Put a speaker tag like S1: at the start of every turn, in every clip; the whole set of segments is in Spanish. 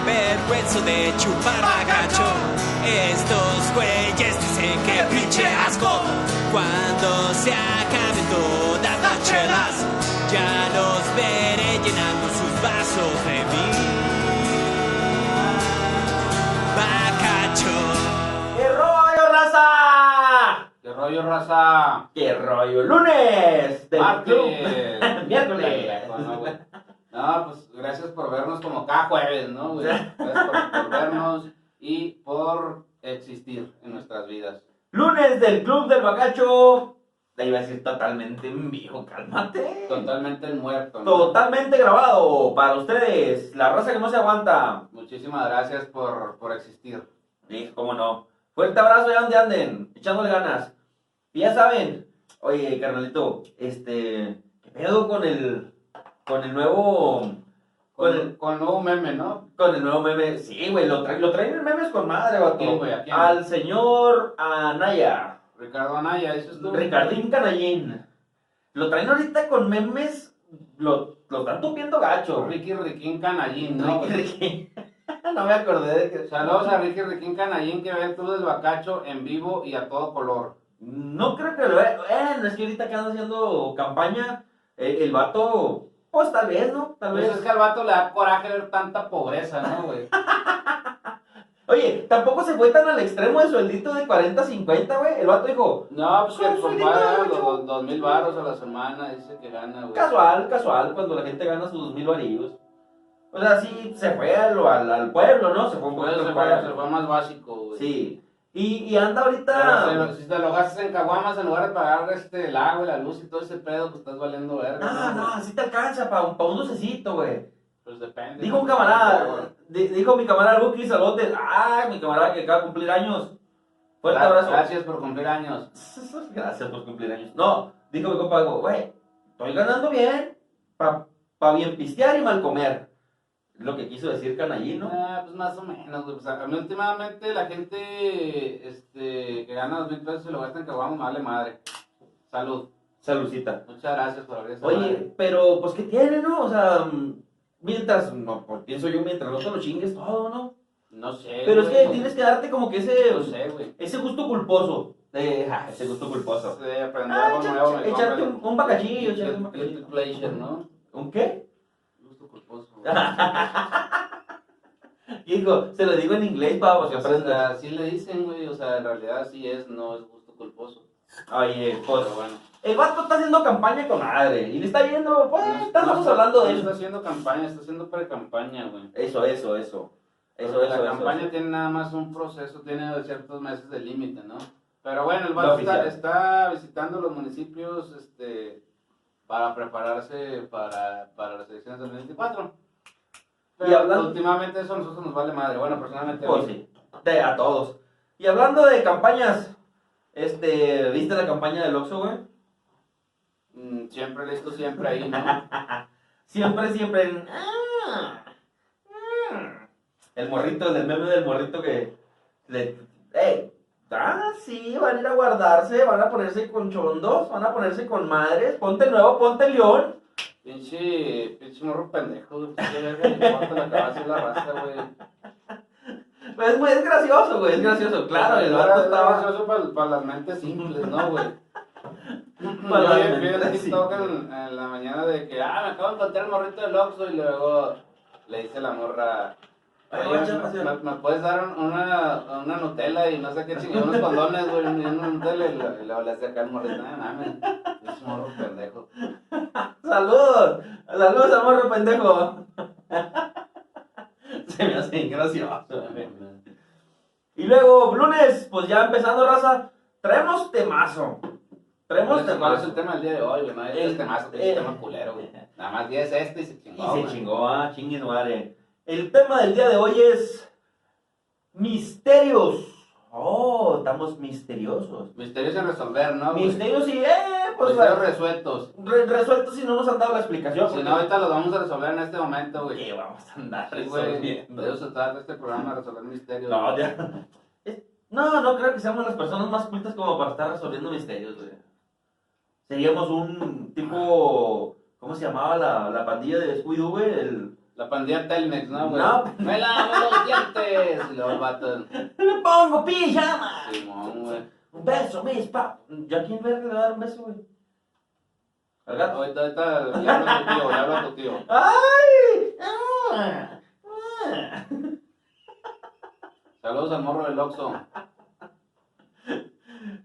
S1: avergüenzo de chupar a gacho. Estos güeyes dicen que pinche asco. Cuando se acaben todas las chelas, ya los veré llenando sus vasos de mí. Bacacho.
S2: ¡Qué rollo, raza!
S3: ¿Qué rollo, raza?
S2: ¡Qué rollo! ¡Lunes! del
S3: Martes.
S2: club. ¡Miércoles!
S3: No, güey. No, pues gracias por vernos como cada jueves, ¿no, güey? Gracias por, por vernos y por existir en nuestras vidas.
S2: ¡Lunes del Club del Bacacho! La iba a decir totalmente en vivo, cálmate.
S3: Totalmente muerto, ¿no?
S2: Totalmente grabado para ustedes. La raza que no se aguanta.
S3: Muchísimas gracias por, por existir.
S2: Sí, cómo no. Fuerte abrazo ya donde anden, echándole ganas. Y ya saben, oye, carnalito, este, ¿qué pedo con el, con el nuevo, con el,
S3: Con, con nuevo meme, ¿no?
S2: Con el nuevo meme, sí, güey, lo, tra- lo traen en memes con madre, vato.
S3: ¿A quién, güey? ¿A quién?
S2: Al señor Anaya,
S3: Ricardo Anaya, eso es tú.
S2: Ricardín Canallín. Lo traen ahorita con memes, lo, lo están tupiendo gacho.
S3: Ricky Riquín Canallín, ¿no?
S2: No,
S3: güey?
S2: no me acordé de que...
S3: Saludos a Ricky Riquín Canallín que ve el Club del Bacacho en vivo y a todo color.
S2: No creo que lo vea. Bueno, es que ahorita que anda haciendo campaña, eh, el vato, pues tal vez, ¿no? Tal
S3: Pues es
S2: vez.
S3: que al vato le da coraje ver tanta pobreza, ¿no, güey?
S2: Oye, tampoco se fue tan al extremo de sueldito de 40, 50, güey. El vato dijo,
S3: No, pues
S2: Con
S3: que
S2: su
S3: compara
S2: dinero,
S3: los
S2: yo-
S3: dos- dos mil baros a la semana, dice que gana, güey.
S2: Casual, casual, cuando la gente gana sus mil varillos. O sea, sí, se fue al, al, al pueblo, ¿no? Se fue un
S3: Por
S2: poquito
S3: eso se
S2: al
S3: fue, se
S2: pueblo.
S3: fue más básico, güey.
S2: Sí. Y, y anda
S3: Pero se
S2: ahorita...
S3: lo- si te lo gastas en caguamas en lugar de pagar este, el agua, y la luz y todo ese pedo, pues estás valiendo verga.
S2: No, Ah, no, así te alcanza para un, pa un dulcecito, güey.
S3: Pues depende.
S2: Dijo un
S3: Ya, güey.
S2: camarada, di- dijo mi camarada Buki Salotes, ah, mi camarada que acaba de cumplir años. Fuerte
S3: Gra-
S2: abrazo.
S3: Gracias por cumplir años.
S2: Gracias por cumplir años. No, dijo mi compa, digo, güey, estoy ganando bien para pa bien pistear y mal comer. Lo que quiso decir Canallín, ¿no?
S3: Ah, pues más o menos, güey. Pues a a mí últimamente la gente este, que gana dos mil pesos se lo gasta en caguamas, me vale madre. Salud.
S2: Salucita.
S3: Muchas gracias por abrir esa madre.
S2: Oye, pero pues qué tiene, ¿no? O sea, mm, mientras, no, por- pienso yo, mientras no te lo chingues todo, ¿no?
S3: No sé.
S2: Pero es
S3: güey.
S2: que tienes que darte como que ese,
S3: No sé, güey.
S2: ese gusto culposo. De, ah, ese gusto culposo.
S3: Sí, aprender
S2: Ah,
S3: algo
S2: echa-
S3: nuevo, me
S2: echarte
S3: compra.
S2: un- un bacachillo,
S3: Guilty-
S2: echarte un bacachillo.
S3: guilty pleasure, ¿no? Ah, pues,
S2: ¿Un qué?
S3: Gusto culposo. güey.
S2: Hijo, se lo digo en inglés, pavo, que
S3: Pues,
S2: aprenda.
S3: Así le dicen, güey. O sea, en realidad sí es, no es gusto culposo.
S2: Oye, pues,
S3: Pero bueno.
S2: el vato está haciendo campaña con madre. Y le está yendo, pues,
S3: No- no
S2: estamos
S3: está-
S2: hablando de
S3: no Está
S2: eso.
S3: haciendo campaña, está haciendo pre-campaña, güey.
S2: Eso, eso, eso. Eso,
S3: Porque
S2: eso,
S3: La
S2: eso,
S3: campaña
S2: eso.
S3: tiene nada más un proceso, tiene ciertos meses de límite, ¿no? Pero bueno, el
S2: No
S3: vato está,
S2: oficial.
S3: está visitando los municipios este, para prepararse para, para las elecciones del 2024. Pero
S2: Y hablando-
S3: últimamente eso a nosotros nos vale madre. Bueno, personalmente. a mí.
S2: Pues sí, de a todos. Y hablando de campañas, este, ¿viste la campaña del Oxxo, güey?
S3: Mm, Siempre listo, siempre ahí, ¿no?
S2: Siempre, siempre en... "Ah, ah". El morrito, el del meme del morrito que... Le, "Ey, ah, sí, van a ir a guardarse, van a ponerse con chondos, van a ponerse con madres, ponte nuevo, ponte león.
S3: pinche, pinche morro pendejo, güey. Pinche verga, le corta la cabeza y la raza, güey.
S2: Pues, es muy- es gracioso, güey, es gracioso, claro, el
S3: Pues, Era-
S2: vato
S3: era
S2: estaba...
S3: gracioso para, las mentes simples, ¿no, güey?
S2: Para
S3: Yo
S2: las
S3: vi- vi un
S2: mentes
S3: TikTok
S2: simples.
S3: en, en la mañana de que, ah, me acabo de encontrar el morrito del Oxxo y luego le dice la morra,
S2: Ay,
S3: "Oye,
S2: guacha,
S3: ¿me,
S2: pasión.
S3: me- me puedes dar un- una, una Nutella y no sé qué chingados, unos condones, güey, y una Nutella? Y luego- y luego le hace acá el morrito, "Ah, no mames, es un morro pendejo.
S2: Saludos, saludos al morro pendejo. Se me hace gracioso, güey. Y luego, lunes, pues ya empezando, raza, traemos temazo. Traemos
S3: ¿Cuál es
S2: temazo.
S3: el tema del día de hoy, güey? No, este
S2: El-
S3: es temazo, pinche
S2: el-
S3: tema culero, güey. Nada más 10 este y se
S2: Y
S3: chingó,
S2: se
S3: güey.
S2: chingó, ah, chingues madre. El tema del día de hoy es misterios. Oh, estamos misteriosos.
S3: Misterios sin resolver, ¿no, güey?
S2: misterios y, eh, pues,
S3: Misterios resueltos.
S2: re- resueltos si no nos han dado la explicación.
S3: Si
S2: porque-
S3: no, ahorita los vamos a resolver en este momento, güey.
S2: ¿Qué vamos a andar
S3: Sí, güey,
S2: resolviendo?
S3: De eso se trata este programa, resolver misterios.
S2: No, ya. Es- No, no creo que seamos las personas más cultas como para estar resolviendo misterios, güey. Seríamos un tipo. ¿Cómo se llamaba la, la pandilla de Scooby-Doo, güey? El,
S3: La pandilla Telmex, ¿no, güey?
S2: No.
S3: Me lavo los dientes. Y luego el vato.
S2: Le pongo pijama.
S3: Simón, güey.
S2: Un beso, mis pa. ¿Yo a quién verga le voy a dar un beso, güey? Al gato.
S3: Ahorita, ahorita, le hablo a tu tío, le hablo a tu tío.
S2: ¡Ay! ¡Ah! ¡Ah!
S3: Saludos al morro del Oxxo.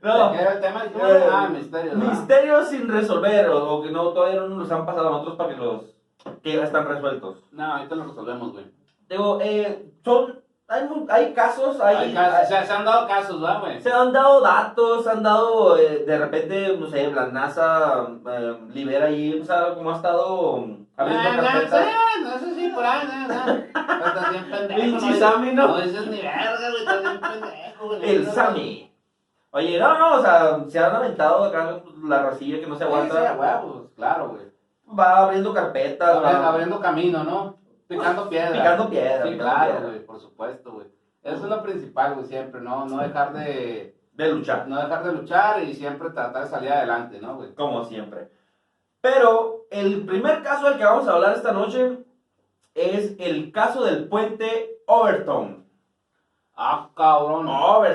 S2: No.
S3: ¿De qué era el tema? Dijimos,
S2: Eh,
S3: ah, misterio, ¿no?
S2: ¡Ah! Misterios sin resolver, o, o que no, todavía no nos han pasado a nosotros para que los que ya están resueltos.
S3: No, ahorita lo resolvemos, güey.
S2: Digo, eh, son, hay, mu- hay casos, hay,
S3: Hay casos, o sea, se han dado casos, ¿va, güey?
S2: se han dado datos, se han dado, eh, de repente, no sé, la NASA eh, libera ahí, o sea, como ha estado um,
S3: Ah,
S2: abriendo
S3: no,
S2: carpetas.
S3: sí, no, eso sí, por ahí, no, no. Estás bien pendejo,
S2: Pinche
S3: no dices-
S2: Sammy, ¿no?
S3: No dices ni verga, güey, estás bien pendejo, güey.
S2: El
S3: No, no,
S2: Sami. Oye, no, no, o sea, se han aventado acá la racilla que no se
S3: no. Sí, sí, a
S2: aguanta.
S3: huevos, claro, güey.
S2: Va abriendo carpetas,
S3: Abri-
S2: va
S3: abriendo camino, ¿no? Picando piedra.
S2: picando piedra.
S3: Sí,
S2: picando
S3: claro,
S2: piedra.
S3: güey, por supuesto, güey. Eso es lo principal, güey, siempre, ¿no? No dejar de,
S2: De luchar.
S3: no dejar de luchar y siempre tratar de salir adelante, ¿no, güey?
S2: como siempre. Pero el primer caso del que vamos a hablar esta noche es el caso del puente Overton.
S3: Ah, cabrón.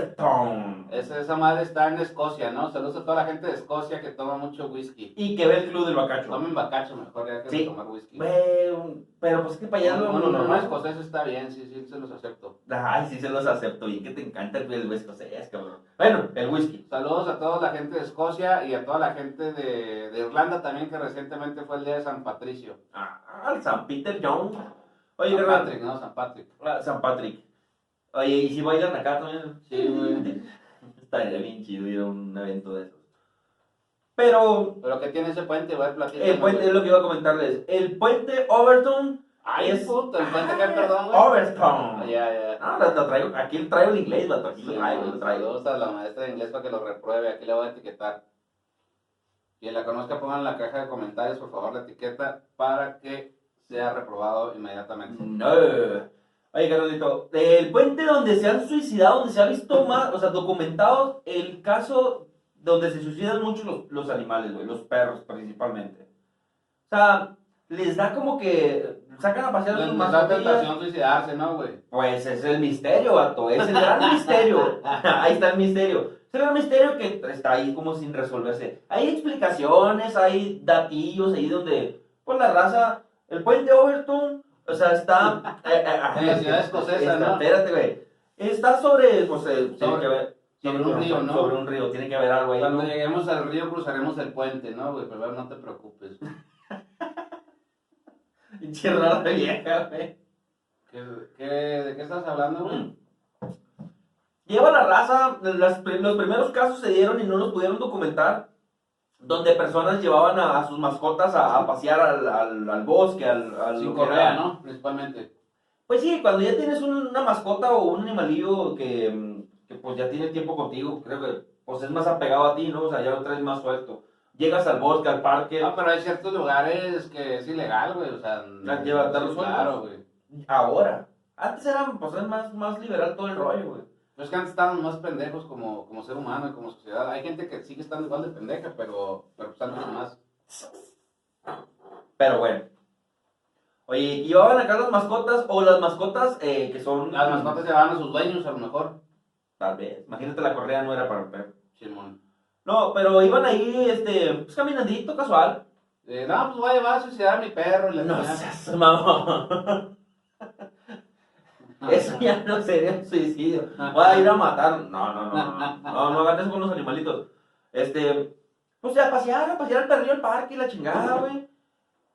S2: Overton.
S3: Esa, esa madre está en Escocia, ¿no? Saludos a toda la gente de Escocia que toma mucho whisky.
S2: Y que ve el club del Bacacho.
S3: Tomen bacacho mejor ya que
S2: Sí.
S3: tomar whisky.
S2: Ve, un- Pero pues que para allá
S3: no,
S2: no,
S3: no, no,
S2: no.
S3: escocés está bien, sí, sí, se los acepto.
S2: Ay, sí se los acepto. Y que te encanta el el escocés, cabrón. Bueno, el whisky.
S3: Saludos a toda la gente de Escocia y a toda la gente de, de Irlanda también, que recientemente fue el día de San Patricio.
S2: Ah, el San Peter Young. Oye,
S3: San
S2: carnal,
S3: Patrick, ¿no? San Patrick.
S2: ah, San Patrick. Oye, ¿y si bailan acá también?
S3: Sí, güey.
S2: Estaría bien chido ir a un evento de esos. Pero
S3: Pero ¿qué tiene ese puente, güey? Platícame,
S2: El puente
S3: güey.
S2: es lo que iba a comentarles. El puente Overton.
S3: Ay,
S2: es- Ah,
S3: puta, el puente que perdón, güey.
S2: Overton.
S3: Ah, ya, ya.
S2: No, lo, lo traigo, aquí traigo el inglés, vato, aquí lo
S3: Sí,
S2: traigo, lo traigo.
S3: Saludos a la maestra de inglés para que lo repruebe, aquí le voy a etiquetar. Quien la conozca, pongan en la caja de comentarios, por favor, la etiqueta para que sea reprobado inmediatamente.
S2: No. Oye, Carolito, el puente donde se han suicidado, donde se ha visto más, o sea, documentado el caso donde se suicidan mucho los, los animales, güey, los perros principalmente. O sea, les da como que sacan a pasear a
S3: Les
S2: sus
S3: les da
S2: mascotillas.
S3: tentación suicidarse, ¿no, güey?
S2: Pues es el misterio, vato. Es el gran misterio. ahí está el misterio. Es el gran misterio que está ahí como sin resolverse. Hay explicaciones, hay datillos ahí donde, pues la raza, el puente Overton, o sea, está. eh, eh,
S3: En la ciudad escocesa, ¿no?
S2: Espérate, güey. Está sobre, pues, eh, tiene que haber-
S3: sobre
S2: tiene
S3: un
S2: que-
S3: río, ¿no?
S2: Sobre un río, tiene que haber algo ahí. ¿no?
S3: Cuando lleguemos al río cruzaremos el puente, ¿no, güey? Pero no te preocupes.
S2: Pinche rara vieja, güey.
S3: ¿Qué, qué, de qué estás hablando, güey?
S2: Mm, Lleva la raza, las pri- los primeros casos se dieron y no los pudieron documentar, donde personas llevaban a, a sus mascotas a, a pasear al, al- al bosque, al... al
S3: Sin
S2: lo que
S3: correa,
S2: era.
S3: ¿no? Principalmente.
S2: Pues sí, cuando ya tienes un- una mascota o un animalillo que, mm, que, pues ya tiene tiempo contigo, creo que pues es más apegado a ti, ¿no? O sea, ya lo traes más suelto. Llegas al bosque, al parque,
S3: Ah, pero hay ciertos lugares que es ilegal, güey. O sea,
S2: La lleva a dar los
S3: Claro, güey.
S2: ahora. Antes era pues, es más, más liberal todo el rollo, güey.
S3: Pero es que antes estábamos más pendejos como, como ser humano y como sociedad. Hay gente que sigue estando igual de pendeja, pero, pero pues antes más.
S2: Pero bueno. Oye, y llevaban acá las mascotas o las mascotas eh, que son...
S3: Las mascotas se van a sus dueños, a lo mejor.
S2: Tal vez. Imagínate la correa no era para el perro.
S3: Simón.
S2: No, pero iban ahí, este, pues caminandito, casual.
S3: Eh, no, pues voy a llevar a suicidar a mi perro. y la chingada.
S2: mamón. Eso ya no sería un suicidio. Voy a ir a matar. No, no, no, no. No, no hagan eso con los animalitos. Este, pues ya pasear, a pasear al perrillo al parque y la chingada, güey.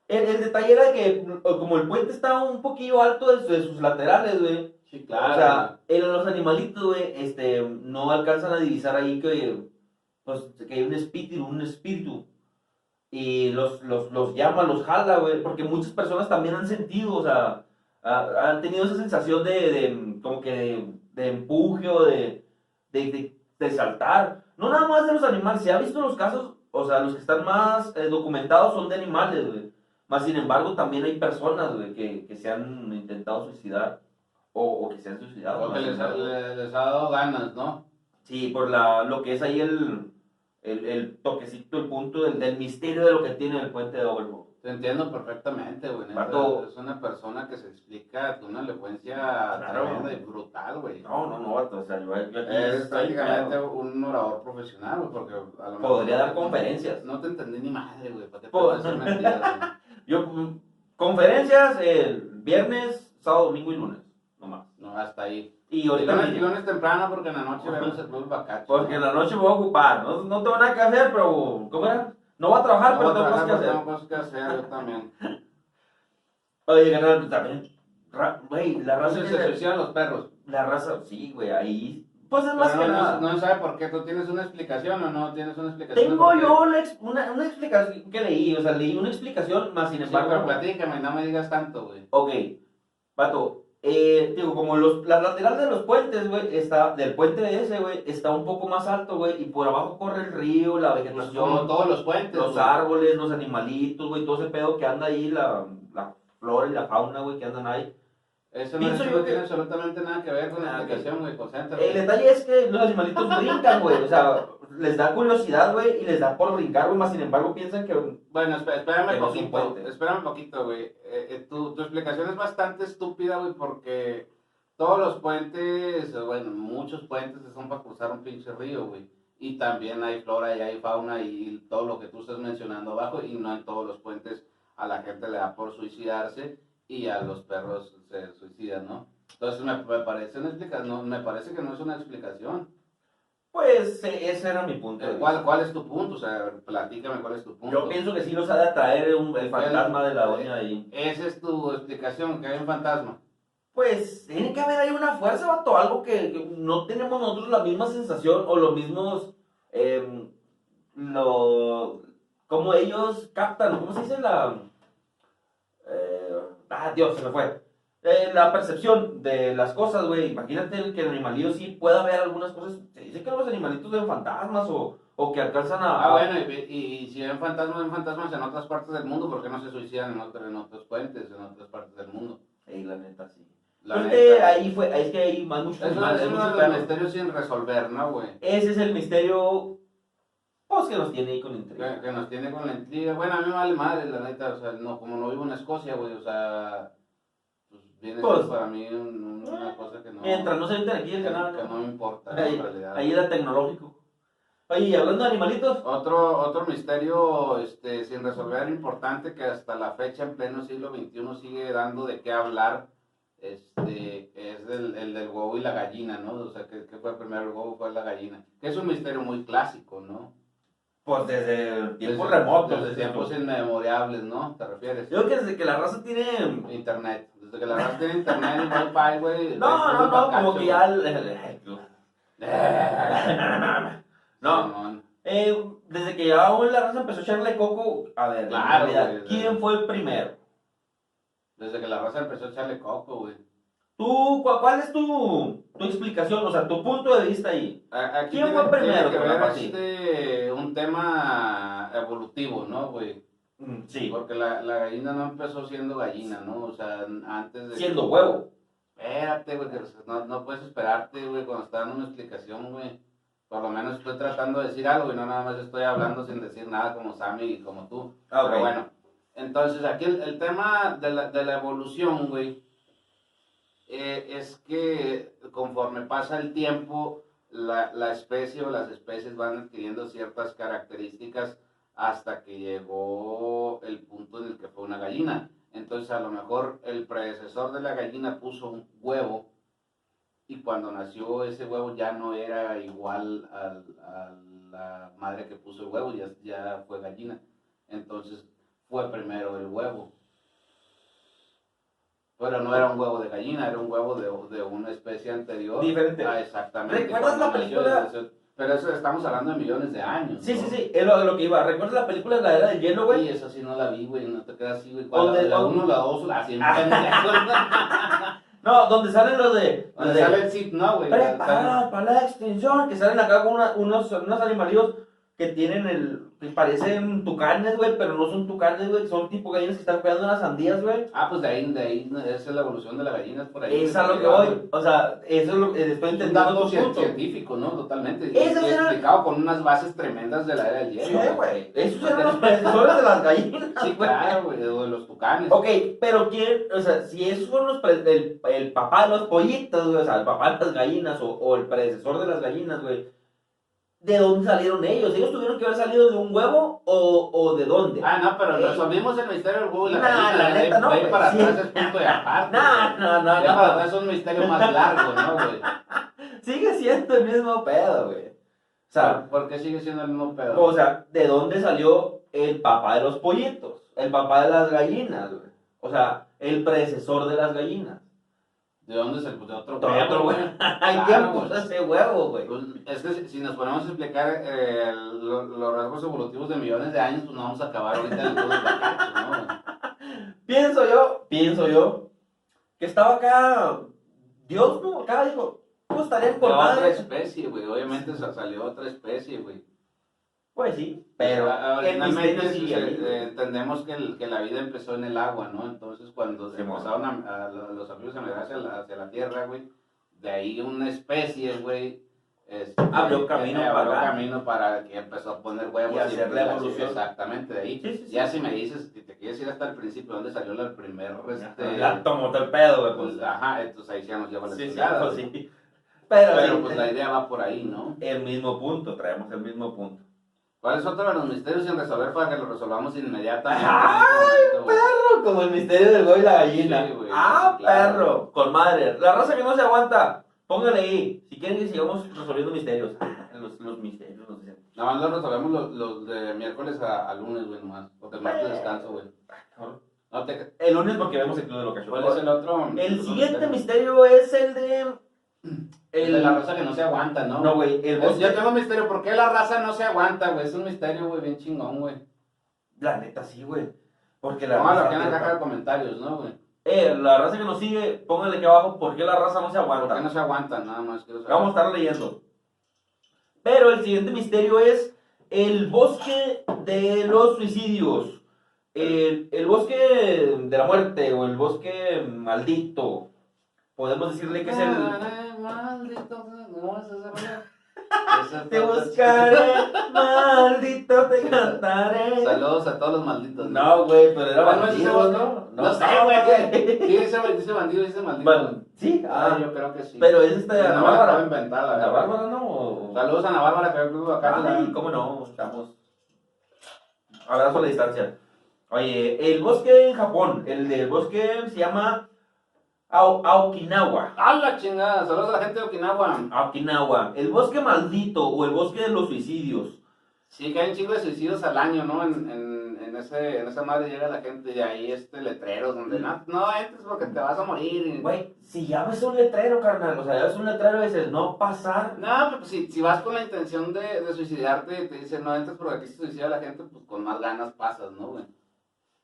S2: El, el detalle era que, como el puente está un poquillo alto de, su- de sus laterales, güey.
S3: Sí, claro.
S2: O sea, el- los animalitos, güey, este, no alcanzan a divisar ahí que, pues, que hay un espíritu, un espíritu. Y los, los, los llama, los jala, güey, porque muchas personas también han sentido, o sea, ha- han tenido esa sensación de, de, como que de, de empuje o de, de, de- de saltar. No nada más de los animales, se ha visto los casos, o sea, los que están más eh, documentados son de animales, güey. Más sin embargo, también hay personas, güey, que, que se han intentado suicidar o, o que se han suicidado.
S3: Porque
S2: más sin
S3: les, ha-
S2: embargo.
S3: le- les ha dado ganas, ¿no?
S2: Sí, por la, lo que es ahí el, el, el toquecito, el punto del, del misterio de lo que tiene el puente de Overmore.
S3: Sí, Te entiendo perfectamente, güey. neta,
S2: Vato.
S3: Es una persona que se explica con una elocuencia
S2: Claro.
S3: tremenda y brutal, güey.
S2: No, no, no, vato, o sea, yo, yo aquí
S3: Es
S2: estoy,
S3: prácticamente
S2: claro.
S3: un orador profesional, güey, porque a lo
S2: Podría
S3: mejor-
S2: dar conferencias. Pues,
S3: No te entendí ni madre, güey. ¿Para qué te
S2: Pod-
S3: voy a decir mentiras, güey?
S2: Yo, mm, conferencias el viernes, sábado, domingo y lunes, nomás.
S3: No, hasta ahí.
S2: Y
S3: Y
S2: ahorita me
S3: lunes, lunes temprano porque en la noche
S2: Ajá.
S3: vemos el club Bacacho.
S2: Porque en
S3: ¿no?
S2: la noche me voy a ocupar, no, no tengo nada que hacer, pero, ¿cómo era? No voy a trabajar,
S3: No,
S2: Ah, pero tengo
S3: trabajar,
S2: cosas que hacer.
S3: tengo cosas que hacer, yo también.
S2: Oye, carnal, pues también, ra- güey, la raza
S3: Entonces se
S2: que-
S3: suicidan los perros.
S2: La raza, sí, güey, ahí, pues es
S3: Pero
S2: más que
S3: no,
S2: nada.
S3: no sabe por qué. ¿Tú tienes una explicación o no tienes una explicación?
S2: Tengo
S3: de por qué?
S2: yo una, ex- una, una explicación que leí, o sea, leí una explicación, más sin
S3: Sí, pero
S2: embargo...
S3: platícame, no me digas tanto, güey.
S2: Ok, Pato, eh, digo, como los, la lateral de los puentes, güey, está, del puente de ese, güey, está un poco más alto, güey, y por abajo corre el río, la
S3: Pues
S2: vegetación,
S3: como todos los puentes.
S2: los
S3: güey.
S2: árboles, los animalitos, güey, todo ese pedo que anda ahí, la, la flora y la fauna, güey, que andan ahí.
S3: Eso no,
S2: Pienso
S3: eso
S2: yo
S3: no
S2: que-
S3: tiene absolutamente nada que ver con la
S2: Ah, ok.
S3: explicación, güey. Concéntrate.
S2: El detalle es que los animalitos brincan, güey, o sea, les da curiosidad, güey, y les da por brincar, güey, más sin embargo piensan que...
S3: Bueno, esp- espérame
S2: Que no es un
S3: poquito,
S2: puente.
S3: espérame poquito, güey. Eh, eh, tu, tu explicación es bastante estúpida, güey, porque todos los puentes, eh, bueno, muchos puentes son para cruzar un pinche río, güey. Y también hay flora y hay fauna y todo lo que tú estás mencionando abajo, y no en todos los puentes a la gente le da por suicidarse y a los perros se suicidan, ¿no? Entonces me, me parece una explica- no, me parece que no es una explicación.
S2: Pues eh, ese era mi punto. de
S3: Eh,
S2: vista.
S3: ¿Cuál, ¿Cuál es tu punto? O sea, platícame cuál es tu punto.
S2: Yo pienso que sí los ha de atraer un- el fantasma de la doña ahí.
S3: Esa es tu explicación, que hay un fantasma.
S2: Pues tiene que haber ahí una fuerza, vato, algo que, que no tenemos nosotros la misma sensación o los mismos, em, lo, como ellos captan, ¿cómo se dice la, eh, ah, Dios, se me fue, Eh, la percepción de las cosas, güey, imagínate el que el animalillo sí pueda ver algunas cosas, se dice que los animalitos ven fantasmas o, o que alcanzan a,
S3: Ah, bueno, y, y- y si ven fantasmas, ven fantasmas en otras partes del mundo, ¿por qué no se suicidan en, otro- en otros puentes, en otras partes del mundo?
S2: Ey, la neta, sí.
S3: La
S2: Pues
S3: neta.
S2: que ahí fue, es que ahí más muchos
S3: Es uno,
S2: animales,
S3: es uno
S2: muchos
S3: de los
S2: perros.
S3: misterios sin resolver, ¿no, güey?
S2: Ese es el misterio, pues, que nos tiene ahí con intriga.
S3: Que, que nos tiene con la intriga. Bueno, a mí me vale madre, la neta, o sea, no, como no vivo en Escocia, güey, o sea, pues viene
S2: Pues,
S3: siendo para mí un- un- una cosa que no,
S2: Mientras no se entre aquí
S3: que,
S2: el canal,
S3: que no me importa, ¿no?
S2: Ahí-
S3: en realidad.
S2: ahí era tecnológico. Oye, y hablando de animalitos,
S3: Otro, otro misterio este, sin resolver importante que hasta la fecha en pleno siglo XXI sigue dando de qué hablar este, es el, el del huevo y la gallina, ¿no? O sea, que, que fue primero el huevo fue la gallina. Que es un misterio muy clásico, ¿no?
S2: pues desde tiempos
S3: Desde-
S2: remotos,
S3: Desde tiempos inmemorables, ¿no? ¿Te refieres?
S2: Yo creo que desde que la raza tiene.
S3: Internet. Desde que la raza tiene internet y wifi, güey.
S2: No, no, no, como que ya. el-
S3: ya...
S2: No, eh, desde que ya aún la raza empezó a echarle coco, a ver, en
S3: Claro,
S2: realidad,
S3: güey,
S2: ¿quién
S3: claro.
S2: fue el primero?
S3: Desde que la raza empezó a echarle coco, güey.
S2: ¿Tú, cu- ¿Cuál es tu, tu explicación, o sea, tu punto de vista ahí?
S3: A- Aquí
S2: ¿Quién
S3: tiene-
S2: fue primero,
S3: tiene que
S2: Carla,
S3: ver
S2: para ti?
S3: este, un tema evolutivo, ¿no, güey?
S2: Mm, Sí,
S3: Porque la, la gallina no empezó siendo gallina, ¿no? O sea, n- antes Pues, de...
S2: siendo huevo.
S3: Espérate, güey, que no, no puedes esperarte, güey, cuando está dando una explicación, güey. Por lo menos estoy tratando de decir algo y no nada más estoy hablando sin decir nada como Sammy y como tú.
S2: Ah,
S3: Pero
S2: ok.
S3: bueno, entonces aquí el, el tema de la, de la evolución, güey, eh, es que conforme pasa el tiempo, la, la especie o las especies van adquiriendo ciertas características hasta que llegó el punto en el que fue una gallina. Entonces a lo mejor el predecesor de la gallina puso un huevo y cuando nació ese huevo ya no era igual al- a la madre que puso el huevo, ya, ya fue gallina. Entonces fue primero el huevo. Pero no era un huevo de gallina, era un huevo de, de una especie anterior.
S2: Diferente.
S3: Ah, exactamente.
S2: ¿Recuerdas
S3: cuando
S2: la
S3: nació,
S2: película?
S3: eso- Pero eso estamos hablando de millones de años.
S2: Sí,
S3: ¿no?
S2: sí, sí, es lo, lo que iba. ¿Recuerdas la película La Era del Hielo, güey?
S3: Y esa sí no la vi, güey, no te quedas así, güey.
S2: ¿Dónde-
S3: ¿Cuál? La
S2: dónde?
S3: 1, la 2, la 100.
S2: Ah. No, donde salen los de. los de- ah,
S3: sale el zip, no, güey.
S2: Prepara
S3: Sale-
S2: para la extinción. Que salen acá con una- unos, unos animalillos que tienen el. pues, parecen tucanes, güey, pero no son tucanes, güey, son tipo gallinas que están cuidando las sandías, güey.
S3: Ah, pues de ahí, de ahí, esa es la evolución de las gallinas por ahí.
S2: Es a lo que voy, o sea, eso es lo que estoy
S3: Es un
S2: entendiendo
S3: dato
S2: tu
S3: cien-
S2: punto.
S3: científico, ¿no? Totalmente. Y
S2: Eso era-
S3: explicado con unas bases tremendas de la era del
S2: Sí,
S3: hielo.
S2: güey, esos eran los predecesores de las gallinas,
S3: Sí, claro, güey, o de los tucanes.
S2: Ok, pero quién, o sea, si esos fueron los pre- el, el papá de los pollitos, güey, o sea, el papá de las gallinas o, o el predecesor de las gallinas, güey, ¿de dónde salieron ellos? ¿Ellos tuvieron que haber salido de un huevo o, o de dónde?
S3: Ah, no, pero
S2: Ey.
S3: resolvimos el misterio del huevo y la
S2: Nah,
S3: gallina.
S2: la
S3: de ahí-
S2: neta no,
S3: de ahí
S2: güey,
S3: para
S2: sí.
S3: atrás es punto de aparte.
S2: no,
S3: güey.
S2: no, no,
S3: De ahí para
S2: no,
S3: atrás es un misterio más largo, ¿no, güey?
S2: Sigue siendo el mismo pedo, güey. O sea, pues,
S3: ¿Por qué sigue siendo el mismo pedo?
S2: o sea, ¿de dónde salió el papá de los pollitos? El papá de las gallinas, güey. O sea, el predecesor de las gallinas.
S3: ¿De dónde se de otro
S2: Todo
S3: pedo,
S2: otro
S3: güey?
S2: huevo. Ay,
S3: Claro,
S2: ¿quién
S3: güey.
S2: puso ese huevo, güey?
S3: Pues, es que si- si nos ponemos a explicar eh, lo- los rasgos evolutivos de millones de años, pues no vamos a acabar ahorita en todos los paquetes, ¿no?
S2: Pienso yo, pienso yo, que estaba acá Dios, ¿no? Acá dijo, pues estarían con
S3: Fue otra
S2: madre.
S3: especie, güey. Obviamente sa- salió otra especie, güey.
S2: Pues sí, pero
S3: Ah,
S2: el
S3: originalmente
S2: misterio
S3: se-
S2: sigue ahí.
S3: eh, entendemos que, el- que la vida empezó en el agua, ¿no? Entonces cuando se
S2: Simón.
S3: empezaron a, a lo- los amigos a migrar hacia la, hacia la tierra, güey, de ahí una especie, güey. este,
S2: Abrió
S3: que-
S2: camino
S3: abrió
S2: para acá.
S3: camino para que empezó a poner huevos
S2: Y hacer la evolución.
S3: Exactamente, de ahí.
S2: Sí, sí, sí.
S3: Ya si me dices, que te quieres ir hasta el principio, ¿dónde salió la primer,
S2: eh,
S3: este...
S2: Ya tomó todo el pedo, güey.
S3: pues,
S2: Pues,
S3: ajá, entonces ahí ya nos lleva la
S2: sí, sí,
S3: chingada,
S2: pues
S3: güey.
S2: sí. Pero,
S3: Pero
S2: sí,
S3: pues la idea va por ahí, ¿no?
S2: el mismo punto, traemos el mismo punto.
S3: ¿Cuál es otro de los misterios sin resolver para que lo resolvamos inmediatamente?
S2: ¡Ay,
S3: En este momento, güey?
S2: Como el misterio del huevo y la gallina.
S3: Sí, güey,
S2: ah,
S3: sí, claro.
S2: perro, con madre. La raza que no se aguanta, póngale ahí. Si quieren que sigamos resolviendo misterios. Los, los misterios, los misterios.
S3: Nada más lo resolvemos los, los de miércoles a, a lunes, güey, nomás. Porque el
S2: Pues.
S3: martes descanso, güey.
S2: cabrón.
S3: No te...
S2: El lunes porque vemos el club de locación.
S3: ¿Cuál es el otro?
S2: El
S3: otro
S2: siguiente misterio es el de.
S3: El de la raza que no se aguanta, ¿no?
S2: No, güey, el
S3: Es- Yo
S2: bosque.
S3: tengo un misterio. ¿Por qué la raza no se aguanta, güey? Es un misterio, güey, bien chingón, güey.
S2: La neta, sí, güey. Porque la
S3: Póngalo
S2: raza.
S3: aquí en la caja de comentarios, ¿no, güey?
S2: Eh, la raza que nos sigue, pónganle aquí abajo por qué la raza no se
S3: ¿Por qué
S2: aguanta.
S3: no se aguantan? Nada más quiero saber.
S2: Vamos a estar leyendo. Pero el siguiente misterio es el bosque de los suicidios. El, el bosque de la muerte o el bosque maldito. Podemos decirle que es el.
S3: Ay, maldito, ¿cómo vas a hacer, güey?
S2: Te buscaré, maldito, te cantaré.
S3: Saludos a todos los malditos.
S2: Ah, No, güey, pero era
S3: ¿Cuál es ese
S2: bandido,
S3: bosque?
S2: ¿no?
S3: No sé, güey. Sí, ese, ese bandido, ese maldito.
S2: Bueno, sí, ah,
S3: Ah, yo creo que sí.
S2: pero es este, esta
S3: Ana
S2: Ana
S3: Bárbara.
S2: Bárbara.
S3: inventada,
S2: Ana
S3: la verdad.
S2: Bárbara, ¿no? Ah,
S3: Saludos a Ana Bárbara, que yo acá.
S2: Ay, cómo no, estamos. Abrazo a la distancia. Oye, el bosque en Japón, el del bosque se llama Ao- Aokinawa.
S3: ¡A la chingada! Saludos a la gente de Okinawa.
S2: Aokinawa, el bosque maldito o el bosque de los suicidios.
S3: Sí, que hay un chingo de suicidios al año, ¿no? En, en, en, ese, en esa madre llega la gente y ahí este letreros donde no, no entres porque te vas a morir. y-
S2: Mm. Güey, si ya ves un letrero, carnal, o sea, ya ves un letrero y dices, no pasar.
S3: No, pero pues, si, si vas con la intención de, de suicidarte y te dicen no entres porque aquí se suicida la gente, pues con más ganas pasas, ¿no, güey?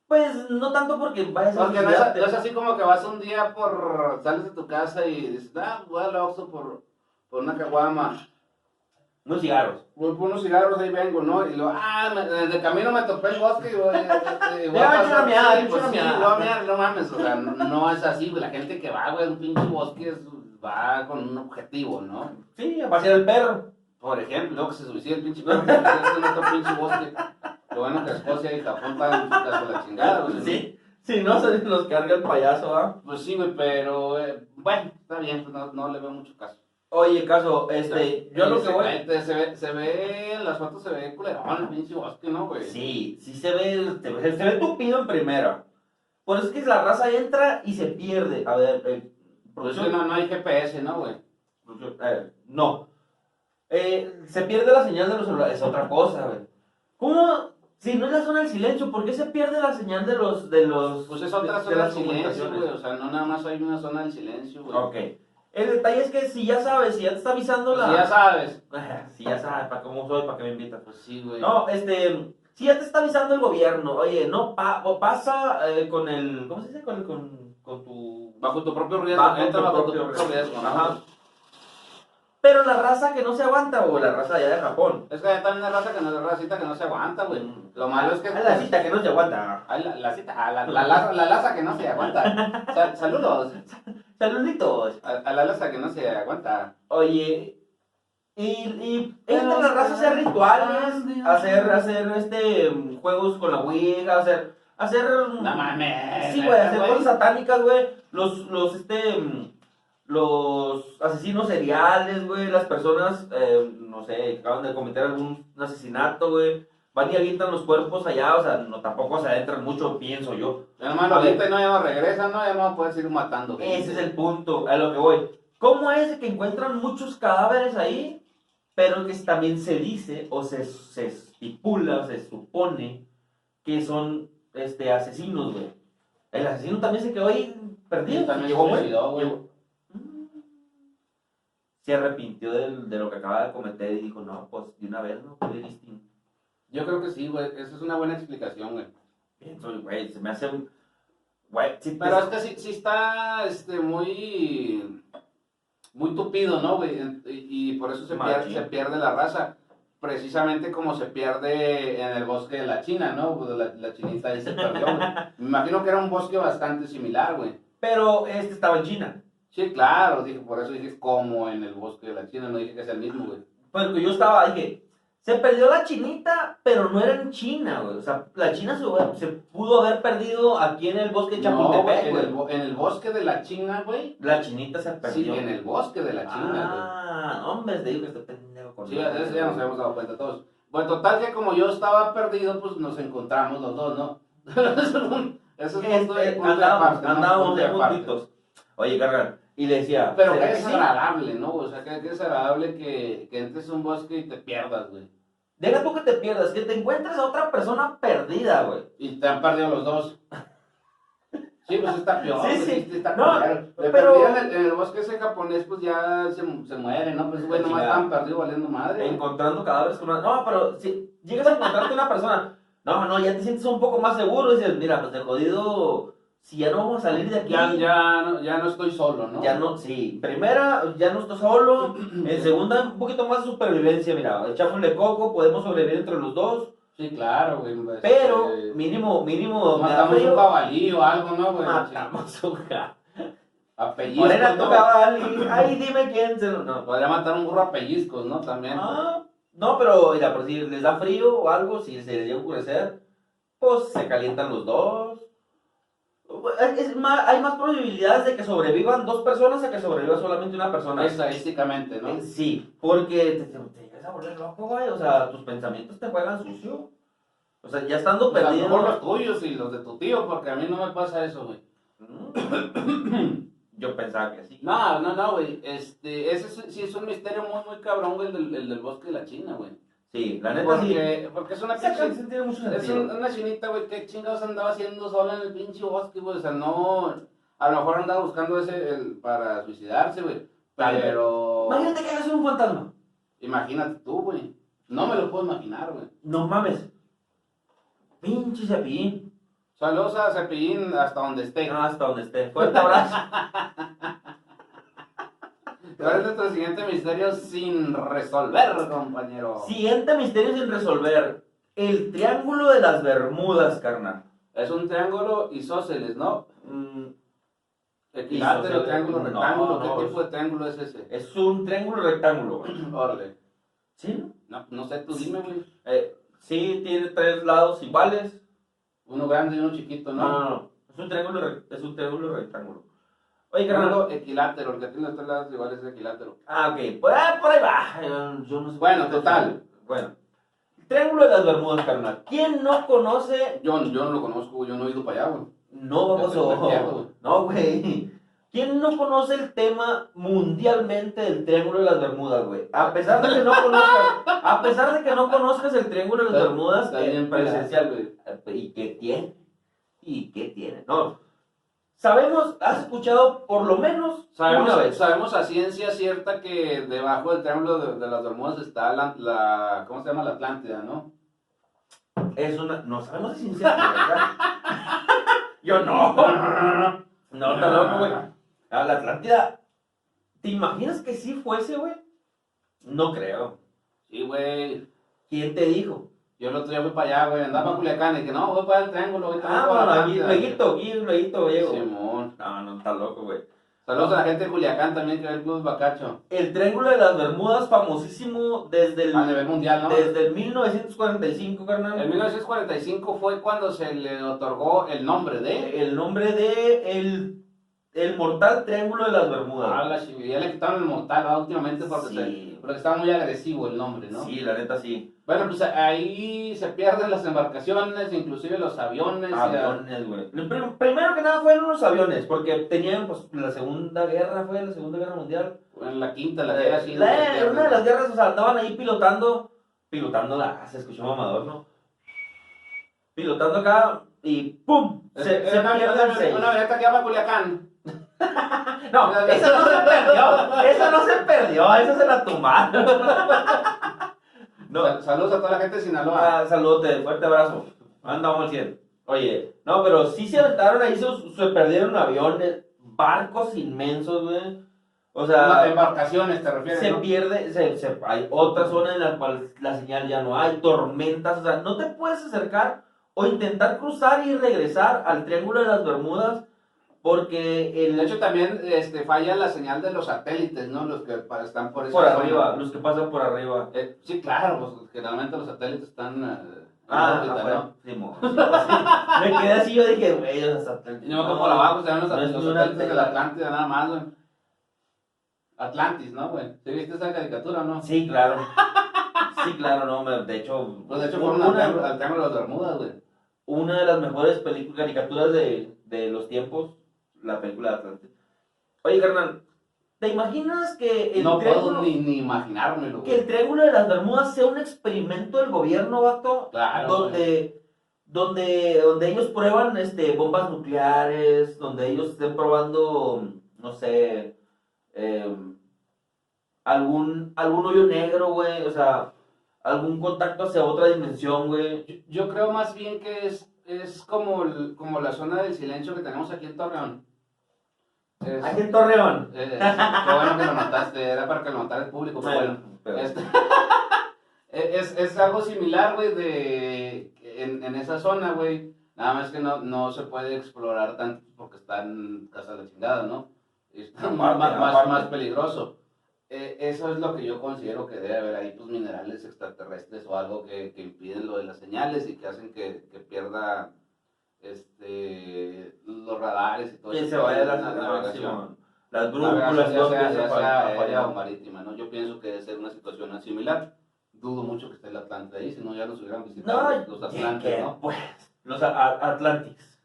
S2: Pues no tanto porque vayas a
S3: Porque no es,
S2: suicidarte.
S3: no es así como que vas un día por. sales de tu casa y dices, ah, voy al Oxxo por, por una caguama.
S2: Unos cigarros.
S3: Voy por unos cigarros, ahí vengo, ¿no? Y luego, ah, me- de camino me topé el bosque y voy, este, voy
S2: Ya,
S3: pasar-
S2: quiero mear,
S3: sí, pues
S2: quiero
S3: sí,
S2: mear.
S3: voy a mear, no mames, o sea, no, no es así, güey. La gente que va, güey, a un pinche bosque es- va con un objetivo, ¿no?
S2: Sí, a pasear el perro.
S3: Por ejemplo, luego que se suicida el pinche perro, que se suicida en otro pinche bosque. Lo bueno que Escocia y Japón están con la chingada, güey.
S2: pues, Sí, si no se nos carga el payaso, ¿ah?
S3: Pues sí, güey, pero eh, bueno, está bien, pues no, no le veo mucho caso.
S2: Oye, caso, este, yo lo que
S3: Se-
S2: voy.
S3: Se, ve, se ve, en las fotos se ve culerón el pinche bosque, ¿no, güey?
S2: pues, Sí, sí se ve, se ve, se ve tupido en primera. Por eso es que la raza entra y se pierde. A ver, eh,
S3: Pues es que
S2: producción.
S3: no, no hay GPS, ¿no, güey?
S2: producción, eh, no. Eh, se pierde la señal de los celulares, es otra cosa, güey. ¿Cómo? Si no es la zona del silencio, ¿por qué se pierde la señal de los. de los.
S3: Pues es otra
S2: de- de
S3: zona del
S2: las
S3: silencio,
S2: comunicaciones?
S3: güey. O sea, no nada más hay una zona del silencio, güey.
S2: Ok. El detalle es que si ya sabes, si ya te está avisando
S3: Pues
S2: la.
S3: ya sabes.
S2: Si ya sabes para cómo soy, para qué me invitas.
S3: Pues sí, güey.
S2: No, este, si ya te está avisando el gobierno, oye, no pa- o pasa eh, con el, ¿cómo se dice? Con, con, con tu...
S3: Bajo tu propio riesgo.
S2: Bajo
S3: entra
S2: tu
S3: bajo tu
S2: propio
S3: propio riesgo. ¿no?
S2: Ajá. Pero la raza que no se aguanta, güey, la raza allá de Japón.
S3: Es que hay también una raza que no es racita que no se aguanta, güey.
S2: Mm.
S3: Lo malo es que.
S2: Ah, la cita que no se aguanta.
S3: Ay, la, la cita, a la, la, laza- la laza que no se aguanta. Sa- saludos.
S2: Saluditos.
S3: A, a la laza que no se aguanta.
S2: Oye, y, y
S3: Pero-
S2: entre las razas hacer rituales, hacer, hacer este mm, juegos con la Ouija, hacer, hacer mm,
S3: No mames.
S2: sí, güey,
S3: neta,
S2: hacer cosas satánicas, güey, los, los este mm, los asesinos seriales, güey, las personas, eh, no sé, que acaban de cometer algún asesinato, güey, van y avientan los cuerpos allá, o sea, no tampoco se adentran mucho, pienso yo.
S3: Hermano, ahorita no, ya no regresan, no, ya no puedes ir matando. gente.
S2: Ese es el punto a lo que voy. ¿Cómo es que encuentran muchos cadáveres ahí, pero que también se dice o se, se estipula, o se supone que son este, asesinos, güey? El asesino también se quedó ahí perdido.
S3: Sí, también
S2: llegó,
S3: se
S2: güey.
S3: suicidó, güey.
S2: Llegó. Mm. Se arrepintió del- de, lo que acaba de cometer y dijo, no, pues de una vez no fue distinto.
S3: Yo creo que sí, güey. Esa es una buena explicación, güey.
S2: Pienso, güey, se me hace... un- Güey, sí,
S3: Pero es que sí, sí está este, muy, muy tupido, ¿no, güey? En- Y, y por eso se pierde,
S2: Machín.
S3: se pierde la raza. Precisamente como se pierde en el bosque de la China, ¿no? Pues La, la chinita ahí se perdió, güey. Me imagino que era un bosque bastante similar, güey.
S2: pero este estaba en China.
S3: Sí, claro, dije, por eso dije como en el bosque de la China, no dije que es el mismo, güey.
S2: Porque yo estaba, dije, se perdió la chinita, pero no era en China, güey. O sea, la china se, hubiera- se pudo haber perdido aquí en el bosque de
S3: No, güey,
S2: Chapultepec,
S3: en,
S2: güey.
S3: el, bo- en el bosque de la China, güey.
S2: La chinita se
S3: Sí,
S2: perdió.
S3: en el bosque de la China, güey.
S2: ah, hombre, te digo que estoy pendejo con
S3: Sí, de eso ya nos habíamos dado cuenta todos. Bueno, total que como yo estaba perdido, pues nos encontramos los dos, ¿no? eso es punto de-
S2: Este,
S3: punto de
S2: Andábamos,
S3: aparte, ¿no?
S2: andábamos
S3: Punto
S2: de
S3: aparte.
S2: puntitos. Oye, carnal, y le decía,
S3: Pero
S2: ¿será
S3: qué
S2: que sí?
S3: desagradable, ¿no? O sea, qué qué desagradable que, que entres a un bosque y te pierdas, güey.
S2: Deja tú que te pierdas, que te encuentres a otra persona perdida, güey.
S3: Y te han perdido los dos. Sí, pues está peor.
S2: Sí,
S3: güey,
S2: sí.
S3: Está
S2: No,
S3: peor. De
S2: pero-
S3: perdida En el, en el bosque ese japonés, pues ya se, se muere, ¿no? Pues, güey, nomás
S2: Chingada.
S3: están perdidos valiendo madre.
S2: Encontrando cadáveres con una... No, pero si llegas a encontrarte una persona... No, no, ya te sientes un poco más seguro y dices, mira, pues de jodido, si ya no vamos a salir de aquí...
S3: Ya, ya, no, ya no estoy solo, ¿no?
S2: Ya no, sí. Primera, ya no estoy solo. En segunda, un poquito más de supervivencia, mira. Echándole coco, podemos sobrevivir entre los dos.
S3: Sí, claro, güey. pues,
S2: Pero,
S3: eh,
S2: mínimo, mínimo, me da
S3: Matamos
S2: frío,
S3: un jabalí o algo, ¿no, güey?
S2: matamos un ja-
S3: A pellizcos,
S2: Morena,
S3: ¿no?
S2: tú cabal, y- Ay, dime quién se lo. No,
S3: Podría matar un burro a pellizcos, ¿no? También.
S2: Ah, no, pero mira, por si les da frío o algo, si se les llega a oscurecer, pues se calientan los dos. Es- es más- hay más probabilidades de que sobrevivan dos personas a que sobreviva solamente una persona.
S3: Estadísticamente, ¿no?
S2: Eh, Sí, porque te, te, te llegas a volver loco, güey. O sea, tus pensamientos te juegan sucio. O sea, ya estando
S3: Pues, a lo
S2: perdido.
S3: mejor los tuyos y los de tu tío, porque a mí no me pasa eso, güey.
S2: Mm. Yo pensaba que sí.
S3: No, no, no, güey. Este, ese es- sí es un misterio muy, muy cabrón, güey, el del, el del bosque de la China, güey.
S2: Sí, la neta sí.
S3: Porque, porque es una
S2: Esa
S3: pinche...
S2: canción tiene mucho
S3: Es
S2: sentido.
S3: un- una chinita, güey, qué chingados andaba haciendo sola en el pinche bosque, güey. O sea, no... A lo mejor andaba buscando ese el- para suicidarse, güey.
S2: Tal vez.
S3: Pero...
S2: Imagínate que hagas un fantasma.
S3: Imagínate tú, güey. No me lo puedo imaginar, güey.
S2: No mames. Pinche cepillín.
S3: Saludos a Cepillín hasta donde esté.
S2: Ah, hasta donde esté. Fuerte abrazo.
S3: ¿Cuál es nuestro siguiente misterio sin resolver, compañero?
S2: Siguiente misterio sin resolver. El triángulo de las Bermudas, carnal.
S3: Es un triángulo isósceles, ¿no?
S2: Mm,
S3: Equilátero,
S2: Isósceles.
S3: triángulo,
S2: No,
S3: rectángulo.
S2: no,
S3: ¿Qué
S2: es-
S3: tipo de triángulo es ese?
S2: es un triángulo rectángulo, güey.
S3: Órale.
S2: ¿Sí?
S3: No, no sé, tú dime, güey.
S2: Eh, sí, tiene tres lados iguales.
S3: Uno grande y uno chiquito,
S2: No,
S3: ¿no?
S2: no, no. Es un triángulo, re- es un triángulo rectángulo. Oye, carnal.
S3: Triángulo equilátero, el que tiene los tres lados iguales es equilátero.
S2: Ah, ok. Por, ah, por ahí va. Eh, Yo no sé.
S3: Bueno, total.
S2: Bueno. Triángulo de las Bermudas, carnal. ¿Quién no conoce?
S3: Yo, yo no lo conozco, güey, yo no he ido para allá, güey.
S2: No, vamos
S3: Yo estoy perdido,
S2: a... No, güey. ¿Quién no conoce el tema mundialmente del Triángulo de las Bermudas, güey? A pesar de que no conozcas, a pesar de que no conozcas el Triángulo de las Bermudas,
S3: Está
S2: eh,
S3: bien
S2: presencial,
S3: presencial, güey.
S2: ¿Y qué tiene? ¿Y qué tiene? No. Sabemos, has escuchado por lo menos una
S3: Sabemos,
S2: vez.
S3: sabemos a ciencia cierta que debajo del triángulo de, de las Bermudas está la, la- ¿Cómo se llama? La Atlántida, ¿no?
S2: Es una. No sabemos si es cierto, ¿verdad? Yo no.
S3: No, no, no, no.
S2: No, está loco, güey. A la Atlántida. ¿Te imaginas que sí fuese, güey? No creo.
S3: Sí, güey.
S2: ¿Quién te dijo?
S3: Yo el otro día fui para allá, güey. Andaba para Culiacán y que no, voy para el triángulo. Voy
S2: Ah, bueno, aquí, lueguito, aquí, lueguito, llego.
S3: Simón.
S2: No, no, está loco, güey.
S3: Saludos a la gente de Culiacán también, que ve el Club Bacacho.
S2: El Triángulo de las Bermudas, famosísimo desde el,
S3: A nivel mundial, ¿no?
S2: desde el 1945, carnal.
S3: En 1945 fue cuando se le otorgó el nombre de.
S2: El nombre de el, el mortal Triángulo de las Bermudas.
S3: Ah, la chivi- ya le quitaron el mortal ¿verdad? últimamente porque,
S2: Sí.
S3: se- porque está muy agresivo el nombre, ¿no?
S2: Sí, la neta sí.
S3: Bueno, pues ahí se pierden las embarcaciones, inclusive los aviones. y la-
S2: Ah, Aviones, güey. Prim- Primero que nada fueron los aviones, porque tenían, pues, la Segunda Guerra, fue la Segunda Guerra Mundial.
S3: En la quinta, la
S2: Eh,
S3: guerra sí,
S2: la-
S3: la-
S2: una de las guerras, o sea, andaban ahí pilotando, pilotando la, se escuchó mamador, ¿no? Pilotando acá y ¡pum!
S3: Es-
S2: Se,
S3: es
S2: se
S3: eh, una,
S2: pierde el
S3: una,
S2: seis.
S3: una avioneta que va a Culiacán.
S2: No, esa no se perdió, esa no se perdió, esa se la tomaron. No,
S3: Sal- Saludos a toda la gente de Sinaloa.
S2: ah, saludote, fuerte abrazo. Andamos al 100. Oye, no, pero sí se aventaron ahí, sus- se perdieron aviones, barcos inmensos, güey. O
S3: Las
S2: sea,
S3: embarcaciones, te refieres.
S2: se
S3: ¿no?
S2: pierde, se, se- hay otra zona en la cual la señal ya no hay, tormentas, o sea, no te puedes acercar o intentar cruzar y regresar al Triángulo de las Bermudas porque el
S3: De hecho, también este, falla la señal de los satélites, ¿no? Los que pa- están por esa
S2: por
S3: zona.
S2: arriba, los que pasan por arriba.
S3: Eh, sí, claro, pues generalmente los satélites están. eh, en
S2: Ah,
S3: órbita, ¿no?
S2: afuera. Sí, mo- sí, sí. Me quedé así, yo dije, güey, o sea,
S3: Y no me como la bajo, están los,
S2: No es
S3: los
S2: ni una
S3: satélites de la
S2: tela.
S3: Atlántida, nada más, güey. Atlantis, ¿no, güey? ¿Sí viste esa caricatura o no?
S2: Sí, claro. Sí, claro, no, me- de hecho,
S3: Pues de hecho, fueron al triángulo-
S2: una,
S3: al Triángulo de las Bermudas, güey.
S2: una de las mejores películas, caricaturas de, de los tiempos, la película de Atlante. Oye, carnal, ¿te imaginas que el,
S3: No
S2: triángulo,
S3: puedo ni, ni imaginármelo,
S2: que
S3: güey.
S2: el Triángulo de las Bermudas sea un experimento del gobierno, vato?
S3: Claro,
S2: donde, donde, donde ellos prueban este, bombas nucleares, donde ellos estén probando, no sé, eh, algún, algún hoyo negro, güey, o sea, algún contacto hacia otra dimensión, güey.
S3: Yo, yo creo más bien que es, es como, el- como la zona del silencio que tenemos aquí en Torreón. Es-
S2: Aquí en Torreón.
S3: eh, qué bueno que lo notaste, era para que lo notara el público, pero bueno.
S2: Pero-
S3: Este- e, es, es algo similar, güey, de... En, en esa zona, güey. Nada más que no, no se puede explorar tanto porque están casas de la chingada, ¿no? Y está
S2: Aparte,
S3: más, más, más,
S2: aparte.
S3: más peligroso. Eh, eso es lo que yo considero que debe haber ahí, pues, minerales extraterrestres o algo que, que impiden lo de las señales y que hacen que, que pierda este, los radares y todo
S2: que
S3: eso.
S2: se vaya la, la- la- Las brújulas,
S3: Ya
S2: todo
S3: sea,
S2: eso para-
S3: ya sea
S2: para-
S3: aérea o marítima, ¿no? Yo pienso que debe ser una situación similar. Dudo mucho que esté el Atlante ahí, si no ya los hubieran visitado
S2: No,
S3: los
S2: ¿qué-
S3: Atlantes,
S2: qué?
S3: ¿no?
S2: Pues, los a- a- Atlantics.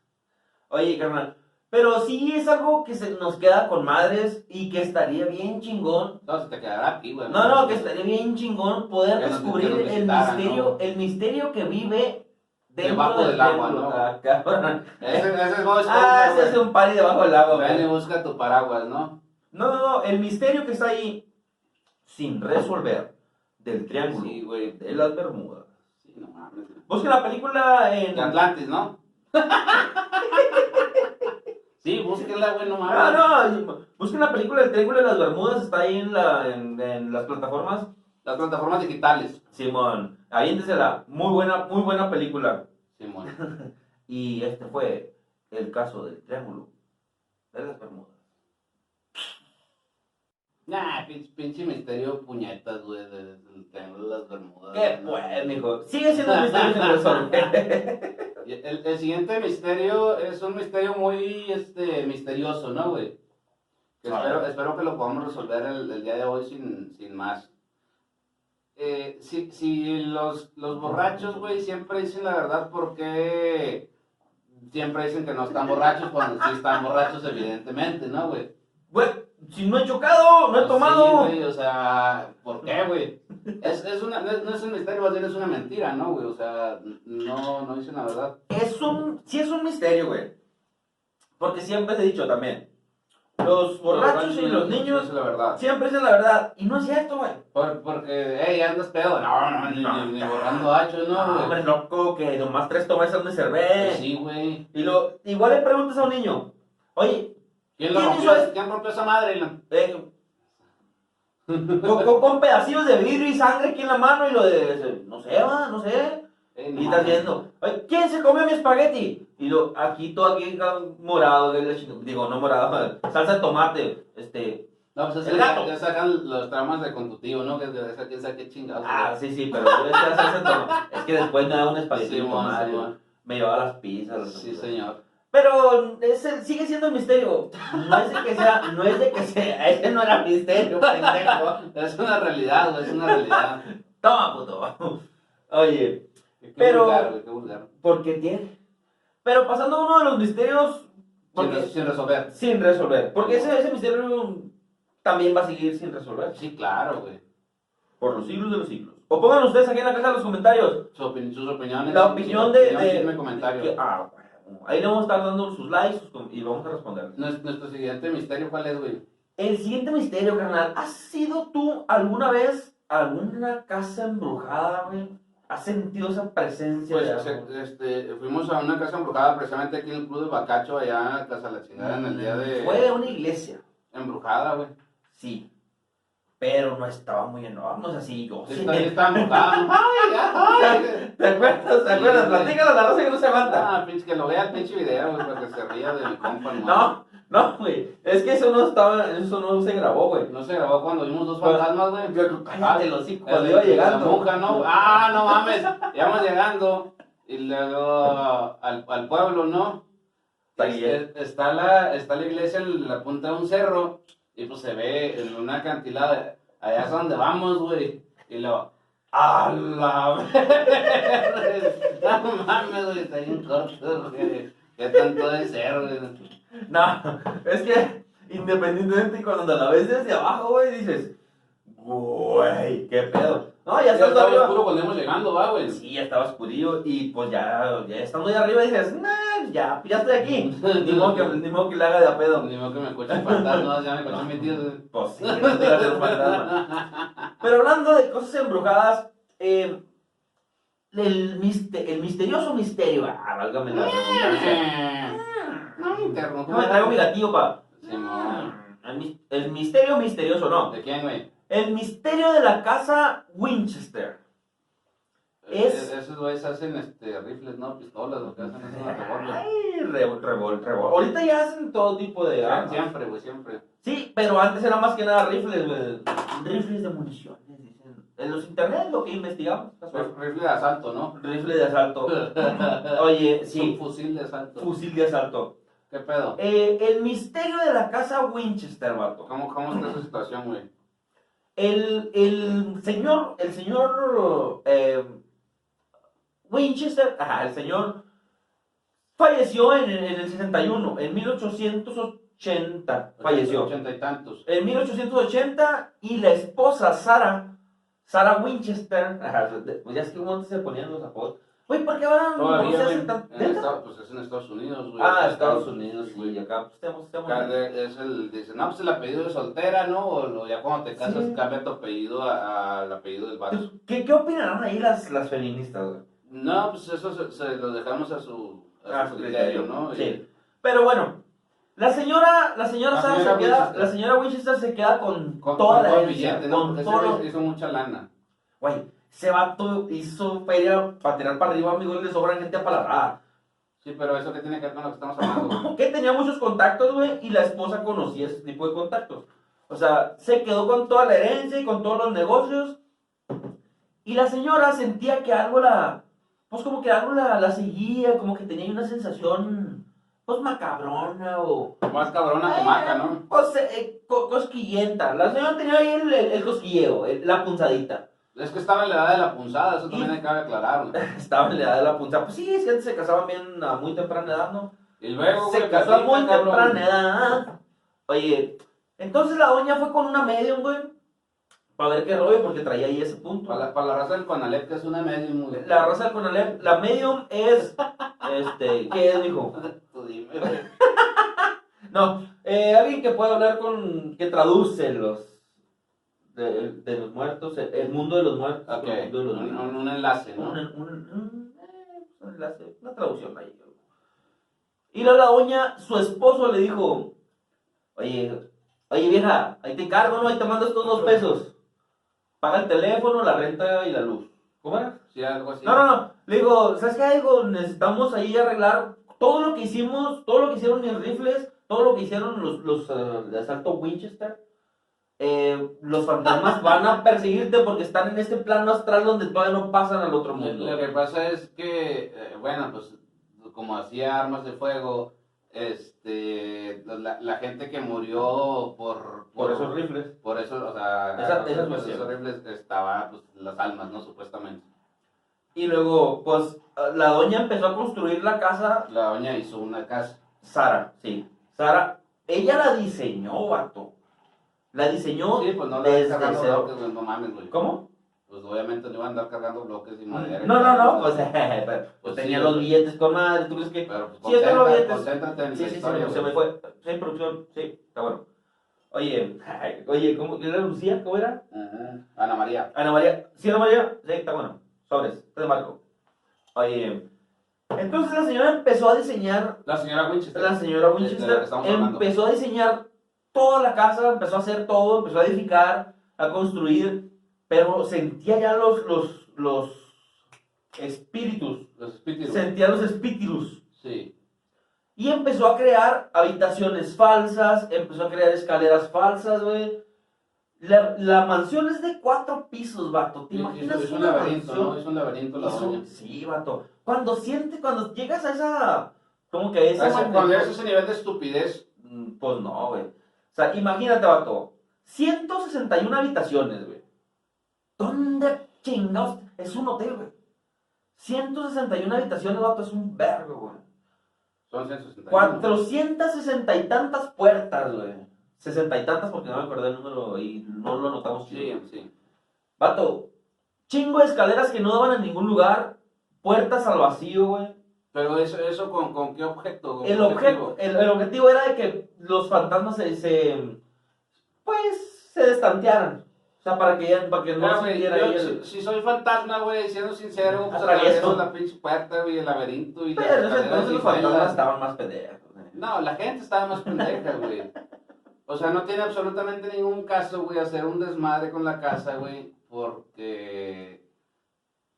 S2: Oye, carnal, pero sí es algo que se nos queda con madres y que estaría bien chingón.
S3: No, ¿Eh? se te quedará aquí, güey.
S2: No, no, que estaría bien chingón poder
S3: Que nos-
S2: descubrir
S3: que nos
S2: el
S3: visitaran,
S2: misterio,
S3: ¿no?
S2: el misterio que vive dentro
S3: Debajo del agua,
S2: triángulo.
S3: ¿no?
S2: Ah, cabrón.
S3: Ese, ese es Bob
S2: Ah,
S3: Esponja,
S2: ese es un party debajo del agua,
S3: güey. Ven y
S2: güey.
S3: busca tu paraguas, ¿no?
S2: No, no, no, el misterio que está ahí sin resolver del triángulo
S3: Sí, güey.
S2: de las Bermudas.
S3: Sí, no mames.
S2: Busca la película en
S3: El Atlantis, ¿no? sí, búsquenla, güey, no mames.
S2: Ah, No, no, busquen la película El Triángulo de las Bermudas, está ahí en, la, en, en las plataformas.
S3: Las plataformas digitales.
S2: Simón, aviéntesela, muy buena, muy buena película.
S3: Simón.
S2: Y este fue el caso del Triángulo de las Bermudas.
S3: Nah, pinche, pinche misterio puñetas, güey, de- del Triángulo de las Bermudas.
S2: ¿Qué
S3: No.
S2: pues, mijo? Sigue siendo un misterio sin resolver.
S3: Y El, el siguiente misterio es un misterio muy este, misterioso, ¿no, güey? Que
S2: A
S3: Espero,
S2: ver.
S3: espero que lo podamos resolver el, el día de hoy sin, sin más. Eh, si si los, los borrachos, güey, siempre dicen la verdad, ¿por qué siempre dicen que no están borrachos cuando sí están borrachos, evidentemente, ¿no, güey?
S2: Güey, si no he chocado, no he
S3: Pues
S2: tomado.
S3: Sí, güey, o sea, ¿por qué, güey? Es, es una, no, es- no es un misterio, más bien es una mentira, ¿no, güey? O sea, no, no dicen la verdad.
S2: es un, sí es un misterio, güey. Porque siempre te he dicho también, los borrachos y los
S3: Es
S2: niños
S3: la verdad.
S2: siempre dicen la verdad. Y no es cierto, güey.
S3: Por- porque, hey, andas pedo. No, no, ni,
S2: No.
S3: ni, ni borrando hachos,
S2: No,
S3: no,
S2: Ah, hombre,
S3: güey.
S2: loco, que nomás tres tomas son de
S3: Pues
S2: cerveza.
S3: sí, güey.
S2: Y lo, igual le preguntas a un niño, oye,
S3: ¿Quién lo
S2: ¿Quién
S3: rompió?
S2: hizo eso?
S3: ¿Quién rompió esa madre? La-
S2: eh, Con, con- con pedacitos de vidrio y sangre aquí en la mano y lo de. No sé, va, no sé.
S3: Eh, no
S2: Y está
S3: mames.
S2: haciendo. "Ay, ¿Quién se comió mi espagueti? Y lo, aquí todo aquí ca- morado, que le chingo- digo, no morado, salsa de tomate, este.
S3: No, pues así
S2: El gato.
S3: ya sacan los traumas de contutivo, ¿no? Que de esa quién sabe qué chingados.
S2: Ah, sí, sí, pero yo decía salsa de tomate. Es que después me daba un espagueti
S3: Sí,
S2: de
S3: mon,
S2: tomate.
S3: sí, mon.
S2: me llevaba las pizzas. las
S3: Sí,
S2: cosas.
S3: señor.
S2: Pero es el- sigue siendo un misterio. No es de que sea, no es de que sea, ese no era misterio, pendejo.
S3: Es una realidad, güey, es una realidad. Qué
S2: Toma, puto. Oye, Pero-
S3: vulgar, güey, qué vulgar.
S2: ¿por qué tiene? Pero pasando a uno de los misterios
S3: Sin,
S2: porque-
S3: re- sin resolver.
S2: sin resolver. Porque ese, ese misterio también va a seguir sin resolver.
S3: Sí, claro, güey.
S2: Por los siglos de los siglos. O pongan ustedes aquí en la caja en los comentarios
S3: Su opin- sus opiniones.
S2: la opinión de. de-
S3: Chisme, comentario.
S2: que- ah, bueno. Ahí le vamos a estar dando sus likes sus com- y vamos a responder.
S3: Nues- Nuestro siguiente misterio, ¿cuál es, güey?
S2: El siguiente misterio, carnal. ¿Has sido tú alguna vez a alguna casa embrujada, güey? ¿Has sentido esa presencia
S3: Pues
S2: de algo?
S3: se- este, fuimos a una casa embrujada precisamente aquí en el Club de Bacacho, allá en Casa La Chingada, en el día de...
S2: Fue a una iglesia,
S3: Embrujada, güey.
S2: sí. Pero no estaba muy enorme, o sea, sí, yo sí.
S3: Está, está embrujada. ¿no? ¡Ay, ay, ay!
S2: ¿Te acuerdas? ¿Te acuerdas?
S3: Sí,
S2: Platícala la raza que no se aguanta.
S3: Ah, pinche, que lo vea el pinche video, güey, para que se ría de mi compa, ¿no?
S2: No, no, güey. Es que eso no estaba, eso no se grabó, güey.
S3: No se grabó cuando vimos dos
S2: Pues,
S3: fantasmas, güey. Ah,
S2: Cállate los hocico,
S3: El
S2: cuando
S3: de-
S2: iba
S3: de
S2: llegando.
S3: La monja, ¿no? Ah, no mames. Íbamos llegando y luego al, al pueblo, ¿no?
S2: Está
S3: Es-
S2: bien.
S3: es- Pues, eh, está, la, está la iglesia en la punta de un cerro y pues se ve en una cantilada. Allá es donde vamos, güey. Y luego, ¡a la verga! No mames, güey, está bien corto, güey. Ya tanto de cerro, güey.
S2: No, es que independientemente cuando la ves desde abajo, güey, dices, güey, qué pedo. No, ya
S3: Ya
S2: estás
S3: estaba
S2: arriba.
S3: oscuro cuando íbamos llegando, va, güey.
S2: Sí, ya estaba oscurillo y pues ya, ya estando ya arriba dices, nah, ya, pues, ya estoy aquí. Ni modo que, ni modo que le haga de a pedo.
S3: Ni modo que me escuchen fantasmas, ya me escuchan mis tíos. güey.
S2: Pues sí, no te iba a hacer un fantasma. Pero hablando de cosas embrujadas, eh, el, miste- el misterioso misterio, ah, válgame la redundancia.
S3: No me interrumpo.
S2: Déjame traigo mi gatillo pa.
S3: Simón.
S2: El, mis- el misterio misterioso, no.
S3: ¿De quién, güey?
S2: El misterio de la casa Winchester. Es-
S3: Es... Esos güeyes hacen este, rifles, ¿no? Pistolas, lo que hacen es una revólver.
S2: Ay, revol, revol, revol. Ahorita ya hacen todo tipo de armas.
S3: Siempre, güey, siempre.
S2: Sí, pero antes era más que nada rifles, güey. Rifles de municiones, dicen. En los internet lo que investigamos.
S3: Rif- Rifle Pues, de asalto, ¿no?
S2: Rifle de asalto. Oye,
S3: Es un
S2: sí,
S3: fusil de asalto.
S2: fusil de asalto.
S3: ¿Qué pedo?
S2: Eh, el misterio de la casa Winchester, vato.
S3: ¿Cómo, cómo está su situación, güey?
S2: El, el señor, el señor eh, Winchester, ajá, el señor falleció en, en el 61, en 1880 falleció.
S3: Ochenta y tantos.
S2: En 1880 y la esposa Sara, Sara Winchester, ajá, pues ya es que antes se ponían los apodos. Güey, ¿por qué ahora no pues, se
S3: Todavía,
S2: hacen
S3: güey.
S2: tan...
S3: en
S2: ¿Neta?
S3: Estados- Pues es en Estados Unidos, güey.
S2: Ah, Estados Unidos, güey, y acá pues, tenemos, tenemos-
S3: Acá de- Es el, dice, no, pues el apellido de soltera, ¿no? O lo- ya cuando te casas,
S2: Sí.
S3: cambia tu apellido a- al apellido del vato.
S2: ¿Qué, ¿Qué opinarán ahí las, las feministas, güey?
S3: No, pues eso se, se lo dejamos a su, a su criterio, ¿no?
S2: Ah, Sí. Pero bueno, la señora, la señora
S3: La
S2: Sara se
S3: señora
S2: queda,
S3: Winchester.
S2: la señora Winchester se queda con,
S3: Y con,
S2: toda
S3: con
S2: la
S3: todo el
S2: herencia,
S3: billete, ¿no?
S2: con
S3: Porque ese
S2: todo-
S3: güey hizo mucha lana.
S2: Güey, ese vato hizo feria para tirar para arriba, amigo, y le sobran gente apalabrada.
S3: Sí, pero eso que tiene que ver con lo que estamos hablando. güey?
S2: Que tenía muchos contactos, güey, y la esposa conocía ese tipo de contactos. O sea, se quedó con toda la herencia y con todos los negocios. Y la señora sentía que algo la. Pues como que algo la, la seguía, como que tenía una sensación. Pues macabrona o.
S3: Más cabrona que maca, ¿no?
S2: Pues, eh, co- cosquillenta. La señora tenía ahí el, el, el cosquilleo, el- la punzadita.
S3: Es que estaba en la edad de la punzada, eso también hay que aclarar. güey.
S2: Estaba en la edad de la punzada. Pues sí, es que antes se casaban bien a muy temprana edad, ¿no?
S3: Y luego,
S2: se
S3: güey,
S2: casó a
S3: ahorita,
S2: muy
S3: cabrón,
S2: temprana edad. Oye, entonces la doña fue con una medium, güey. Para ver qué rollo, porque traía ahí ese punto.
S3: Para la, para la raza del Conalep, que es una medium, güey.
S2: ¿eh? La raza del Conalep, la medium es. Este, ¿qué es, mijo?
S3: Tú dime, güey.
S2: No, eh, alguien que pueda hablar con. que traduce los. de, de los muertos, el, el mundo de los muertos.
S3: Ok,
S2: el mundo de los
S3: un,
S2: vivos.
S3: un- un enlace,
S2: un,
S3: ¿no?
S2: un- un- eh, un enlace, una traducción ahí. Y luego la doña, su esposo le dijo, oye, Oye, vieja, ahí te encargo, ¿no? Ahí te mando estos dos pesos. Paga el teléfono, la renta y la luz. ¿Cómo era?
S3: Sí, algo así.
S2: No, no, no. Le digo, ¿sabes qué? Digo, necesitamos ahí arreglar todo lo que hicimos, todo lo que hicieron mis rifles, todo lo que hicieron los, los eh, de asalto Winchester. Eh, los fantasmas van a perseguirte porque están en este plano astral donde todavía no pasan al otro
S3: Lo-
S2: mundo.
S3: Lo que pasa es que, eh, bueno, pues como hacía armas de fuego, este, la, la gente que murió por,
S2: Por esos rifles.
S3: por eso, o sea,
S2: Esa-
S3: por
S2: esa es
S3: esos
S2: cuestión.
S3: rifles estaba, pues, las almas, ¿no? Supuestamente.
S2: Y luego, pues, la doña empezó a construir la casa
S3: La doña hizo una casa.
S2: Sara, sí. Sara, ella la diseñó, vato. La diseñó.
S3: Sí, pues no le
S2: desde
S3: iban cargando
S2: cero.
S3: bloques, güey, no mames, güey.
S2: ¿Cómo?
S3: Pues obviamente no iban a andar cargando bloques y madera.
S2: No,
S3: y
S2: no,
S3: tal,
S2: no. Pues, pero, pues
S3: Pues
S2: tenía
S3: sí,
S2: los
S3: güey.
S2: billetes con madre. ¿Tú crees que.?
S3: Pero pues,
S2: Sí, es que lo
S3: concentra-
S2: vi,
S3: concéntrate en
S2: Sí,
S3: la
S2: sí, sí,
S3: historia,
S2: se me
S3: güey.
S2: fue. Sí, producción, sí, está bueno. Oye, oye, ¿cómo era Lucía? ¿Cómo era?
S3: Ujú. Ana María.
S2: Ana María, sí, Ana María, sí, está bueno. Sobres, te marco. Oye, entonces la señora empezó a diseñar
S3: La señora Winchester.
S2: la señora
S3: de- de la que
S2: Winchester
S3: estamos hablando.
S2: empezó a diseñar toda la casa, empezó a hacer todo, empezó a edificar, a construir, pero sentía ya los, los, los espíritus,
S3: Los espíritus.
S2: sentía los espíritus.
S3: Sí.
S2: Y empezó a crear habitaciones falsas, empezó a crear escaleras falsas, güey. La, la mansión es de cuatro pisos, vato. ¿Te
S3: Es-
S2: imaginas
S3: es, es un
S2: una
S3: laberinto,
S2: mansión?
S3: ¿no? Es un laberinto la
S2: Es un-
S3: doña.
S2: sí, vato. Cuando siente, cuando llegas a esa, como que a esa
S3: Ah, sí, Cuando
S2: magnitud-
S3: llegas a ese nivel de estupidez,
S2: Mm, Pues no, güey. O sea, imagínate, vato. 161 habitaciones, güey. ¿Dónde chingados? Es un hotel, güey. 161 habitaciones, vato, es un vergo, güey.
S3: son 161.
S2: 460 y tantas puertas, güey. 60 y tantas porque no me acordé el número y no lo notamos. chido.
S3: Sí, sí.
S2: Vato, chingo de escaleras que no daban a ningún lugar. Puertas al vacío, güey.
S3: Pero eso, eso con, con qué objeto? ¿Con
S2: El
S3: qué
S2: objeto, el, el objetivo era de que los fantasmas se, se- pues se destantearan. O sea, para que ya- para que
S3: Mira,
S2: no
S3: Ah, güey,
S2: se viera ahí
S3: yo,
S2: el-
S3: si, si soy fantasma, güey, siendo sincero, pues
S2: Atravieso.
S3: atravieso la pinche puerta, güey, el laberinto y las
S2: Pero en ese
S3: escaleras
S2: entonces
S3: y
S2: los fantasmas
S3: bailas.
S2: estaban más pendejos. güey.
S3: No, la gente estaba más pendeja, güey. O sea, no tiene absolutamente ningún caso, güey, hacer un desmadre con la casa, güey, porque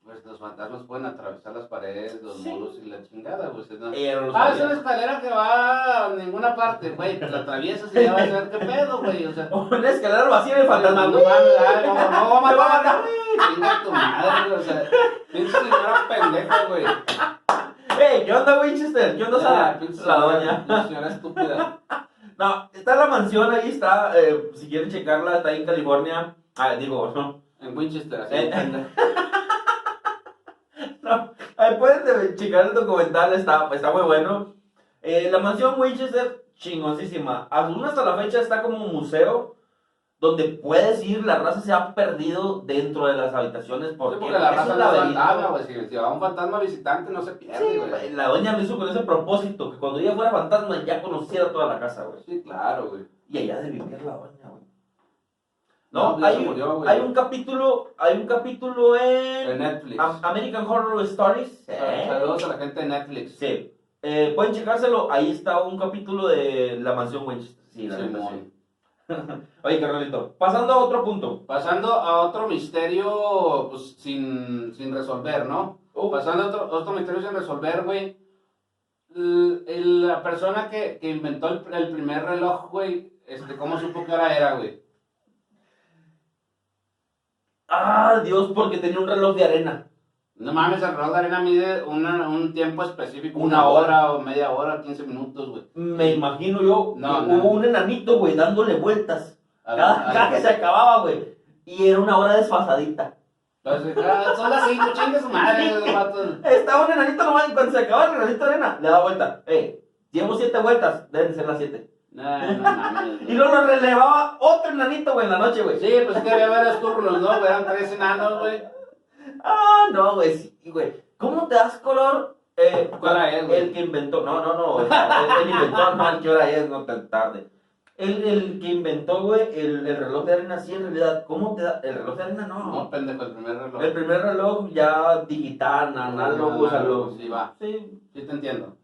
S3: pues los fantasmas pueden atravesar las paredes, los
S2: Sí.
S3: muros y la chingada, güey. se- no-
S2: Ellos no lo
S3: Ah, es una
S2: sabían.
S3: escalera que va a ninguna parte, güey. pues La atraviesas y ya vas a ver qué pedo, güey. O sea,
S2: Una escalera vacía y el fantasma.
S3: no
S2: ¡uy!
S3: mames, ay, no, no, va a
S2: Me va a
S3: matar,
S2: matar.
S3: güey. Chinga tu madre, güey. O sea, pinche señora pendeja, güey.
S2: ¡Ey! ¿Qué onda, Winchester? ¿Qué onda,
S3: Ah,
S2: Sara?
S3: pinche
S2: La
S3: señora-
S2: doña.
S3: pinche señora estúpida.
S2: No, está la mansión ahí, está. eh, si quieren checarla, está ahí en California. Ah, digo, no.
S3: En Winchester, así.
S2: Eh.
S3: pendeja.
S2: No, ahí pueden de- checar el documental, está, está muy bueno. Eh, la mansión Winchester, chingoncísima. Aún hasta la fecha está como un museo donde puedes ir, la raza se ha perdido dentro de las habitaciones
S3: Sí,
S2: porque,
S3: porque la
S2: es
S3: raza
S2: un
S3: no es
S2: laberinto.
S3: fantasma, güey. Si, si va un fantasma visitante, no se pierde, güey.
S2: Sí, la doña lo hizo con ese propósito, que cuando ella fuera fantasma ya conociera toda la casa, güey.
S3: Sí, claro, güey.
S2: Y allá de vivir la doña, güey.
S3: No,
S2: No,
S3: pues ya
S2: hay,
S3: se
S2: un-
S3: murió, güey.
S2: hay un capítulo, hay un capítulo
S3: En
S2: en,
S3: Netflix.
S2: Am- American Horror Stories.
S3: Sal-
S2: Ah, Eh.
S3: Saludos a la gente de Netflix.
S2: Sí. Eh, Pueden checárselo. Ahí está un capítulo de la mansión Winchester. Sí, la neta,
S3: Simón.
S2: sí. Oye, carnalito. Pasando a otro punto.
S3: Pasando a otro misterio, pues, sin, sin resolver, ¿no? Pasando a otro, otro misterio sin resolver, güey. L- el- La persona que, que inventó el, el primer reloj, güey, este, ¿cómo supo que hora era, güey?
S2: Ah, Dios, porque tenía un reloj de arena.
S3: No mames, el reloj de arena mide una- un tiempo específico,
S2: Una
S3: una hora o media hora, 15 minutos, güey.
S2: Me imagino yo. que
S3: No, no.
S2: Hubo un enanito, güey, dándole vueltas.
S3: A-
S2: Cada,
S3: a-
S2: cada Ah, que se acababa, güey. Y era una hora desfasadita.
S3: Entonces, ah, son las 5, chingue su madre, los vatos.
S2: Estaba un enanito nomás y cuando se acababa el enanito de arena, le daba vuelta. Eh, llevo siete vueltas, deben ser las siete.
S3: No, no mames.
S2: Y
S3: güey.
S2: luego lo relevaba otro enanito, güey, en la noche, güey.
S3: Sí, pues es que había varios turnos, ¿no? güey? Eran tres enanos, güey.
S2: Ah, no, güey, sí, güey. ¿Cómo te das color? Eh,
S3: ¿Cuál era él, güey?
S2: El que inventó, no, no, no, o sea, el, el inventor, no, el que ahora es, no tan tarde. El, el que inventó, güey, el, el reloj de arena, sí, en realidad, ¿cómo te da? El reloj de arena,
S3: No,
S2: no.
S3: pendejo, el primer
S2: El
S3: reloj. Ah,
S2: primer reloj ya digital, análogo, o sea, lo-
S3: Sí, va.
S2: Sí,
S3: Sí, te entiendo.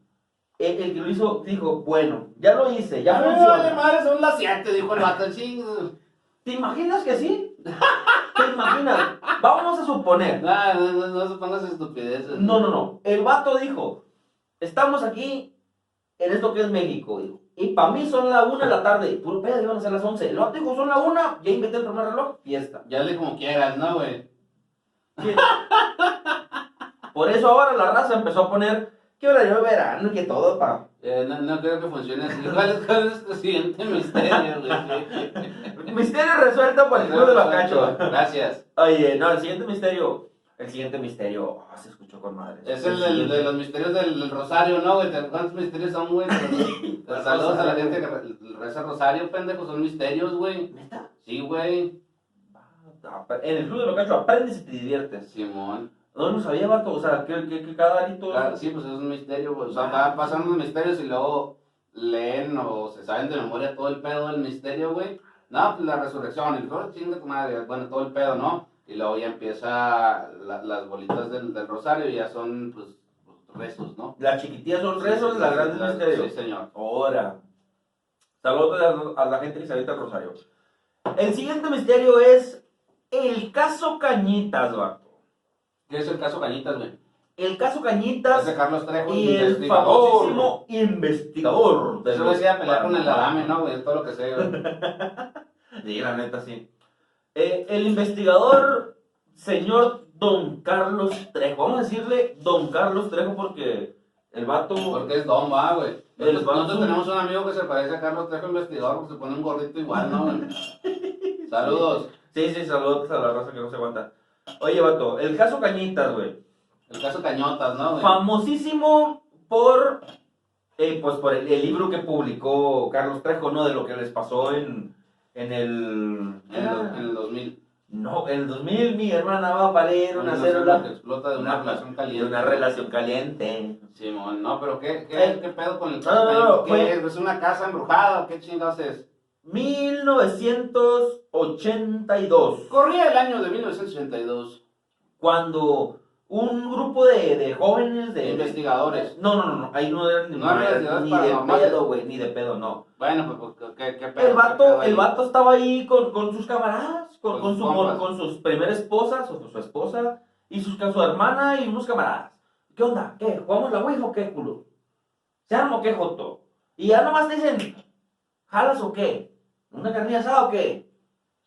S2: el, el que lo hizo dijo, bueno, ya lo hice, ya
S3: A mí me
S2: funciona.
S3: Ah, vale madre, son las 7, dijo el vato. Ching.
S2: ¿Te imaginas que sí? ¿Te imaginas? Vamos a suponer.
S3: Nah, no, no, no supongas estupideces.
S2: No, no, no. El vato dijo, estamos aquí en esto que es México, dijo. Y para mí son la una de la tarde. Puro pedo, iban a ser las 11. El vato dijo, son la una, ya inventé el primer reloj, fiesta.
S3: Ya le como quieras, ¿no, güey?
S2: Por eso ahora la raza empezó a poner que horario de verano y que todo, pa.
S3: Eh, no, no creo que funcione así. ¿Cuál es, cuál es tu siguiente misterio, güey?
S2: Misterio resuelto por el club de los cachos.
S3: Gracias.
S2: Oye, no, el siguiente misterio. El siguiente misterio. ah, se escuchó con madre.
S3: Es el, del- de los misterios del, del Rosario, ¿no, güey? ¿Te- ¿Cuántos misterios son, güey? Pero- Saludos a la gente que re- reza Rosario, pendejo, son misterios, güey.
S2: ¿Neta?
S3: Sí, güey.
S2: Ah, En el club de los cachos aprendes y te diviertes.
S3: Simón.
S2: No, no sabía, vato. O sea, que, que, que cada arito.
S3: Claro, sí, pues es un misterio, güey. O sea, va pasando los misterios y luego leen o se saben de memoria todo el pedo del misterio, güey. No, pues la resurrección, el oh, chinga tu madre, bueno, todo el pedo, ¿no? Y luego ya empieza la- las bolitas del, del Rosario y ya son, pues, rezos, ¿no?
S2: Las chiquitillas son rezos, las grandes misterios.
S3: Sí, señor.
S2: Ahora. Saludos a la- a la gente que se avienta el rosario. El siguiente misterio es el caso Cañitas, vato.
S3: ¿Qué es el caso Cañitas, güey?
S2: El caso
S3: Es
S2: Cañitas
S3: de Carlos Trejo,
S2: y el famosísimo investigador. de
S3: Eso
S2: los
S3: decía pelear con el
S2: Panamá.
S3: adame, ¿no, güey? Es todo lo que sé, güey.
S2: Sí, la neta, sí. Eh, el investigador, señor Don Carlos Trejo. Vamos a decirle Don Carlos Trejo porque el vato.
S3: Porque es don, va, güey.
S2: El
S3: Nosotros, nosotros
S2: vato.
S3: tenemos un amigo que se parece a Carlos Trejo, investigador, porque se pone un gordito igual, ¿no, güey? Saludos.
S2: Sí, sí, saludos a la raza que no se aguanta. Oye, vato, el caso Cañitas, güey.
S3: El caso Cañotas, ¿no, güey?
S2: Famosísimo por. eh, pues por el, el libro que publicó Carlos Trejo, ¿no? De lo que les pasó en. En el.
S3: En el, do- en el 2000.
S2: No, en el 2000 mi hermana va a parir una
S3: Que
S2: célula.
S3: explota de una, relación caliente.
S2: Una relación caliente.
S3: Simón, no, pero ¿qué, qué,
S2: Eh.
S3: qué pedo con el
S2: No, no, no,
S3: ¿Qué
S2: fue-
S3: es? ¿Es una casa embrujada o qué chingados es?
S2: 1982,
S3: Corría el año de 1982.
S2: cuando un grupo de, de jóvenes de...
S3: De investigadores.
S2: No, no, no, no, ahí no eran ni,
S3: No eran
S2: eran ni de
S3: investigadores
S2: pedo, güey, ni de pedo, no.
S3: Bueno, pues, pues, ¿qué, qué pedo?
S2: El
S3: ¿Qué
S2: vato,
S3: pedo ahí?
S2: el vato estaba ahí con, con sus camaradas, con,
S3: Con
S2: con,
S3: sus
S2: su, mor-
S3: compas.
S2: con sus primera esposas, o su esposa, y sus, con su hermana y unos camaradas. ¿Qué onda? ¿Qué? ¿Jugamos la Ouija o qué, culo? ¿Se arma o qué, Joto? Y ya nomás te dicen, ¿jalas o qué? ¿Una carnilla asada o qué?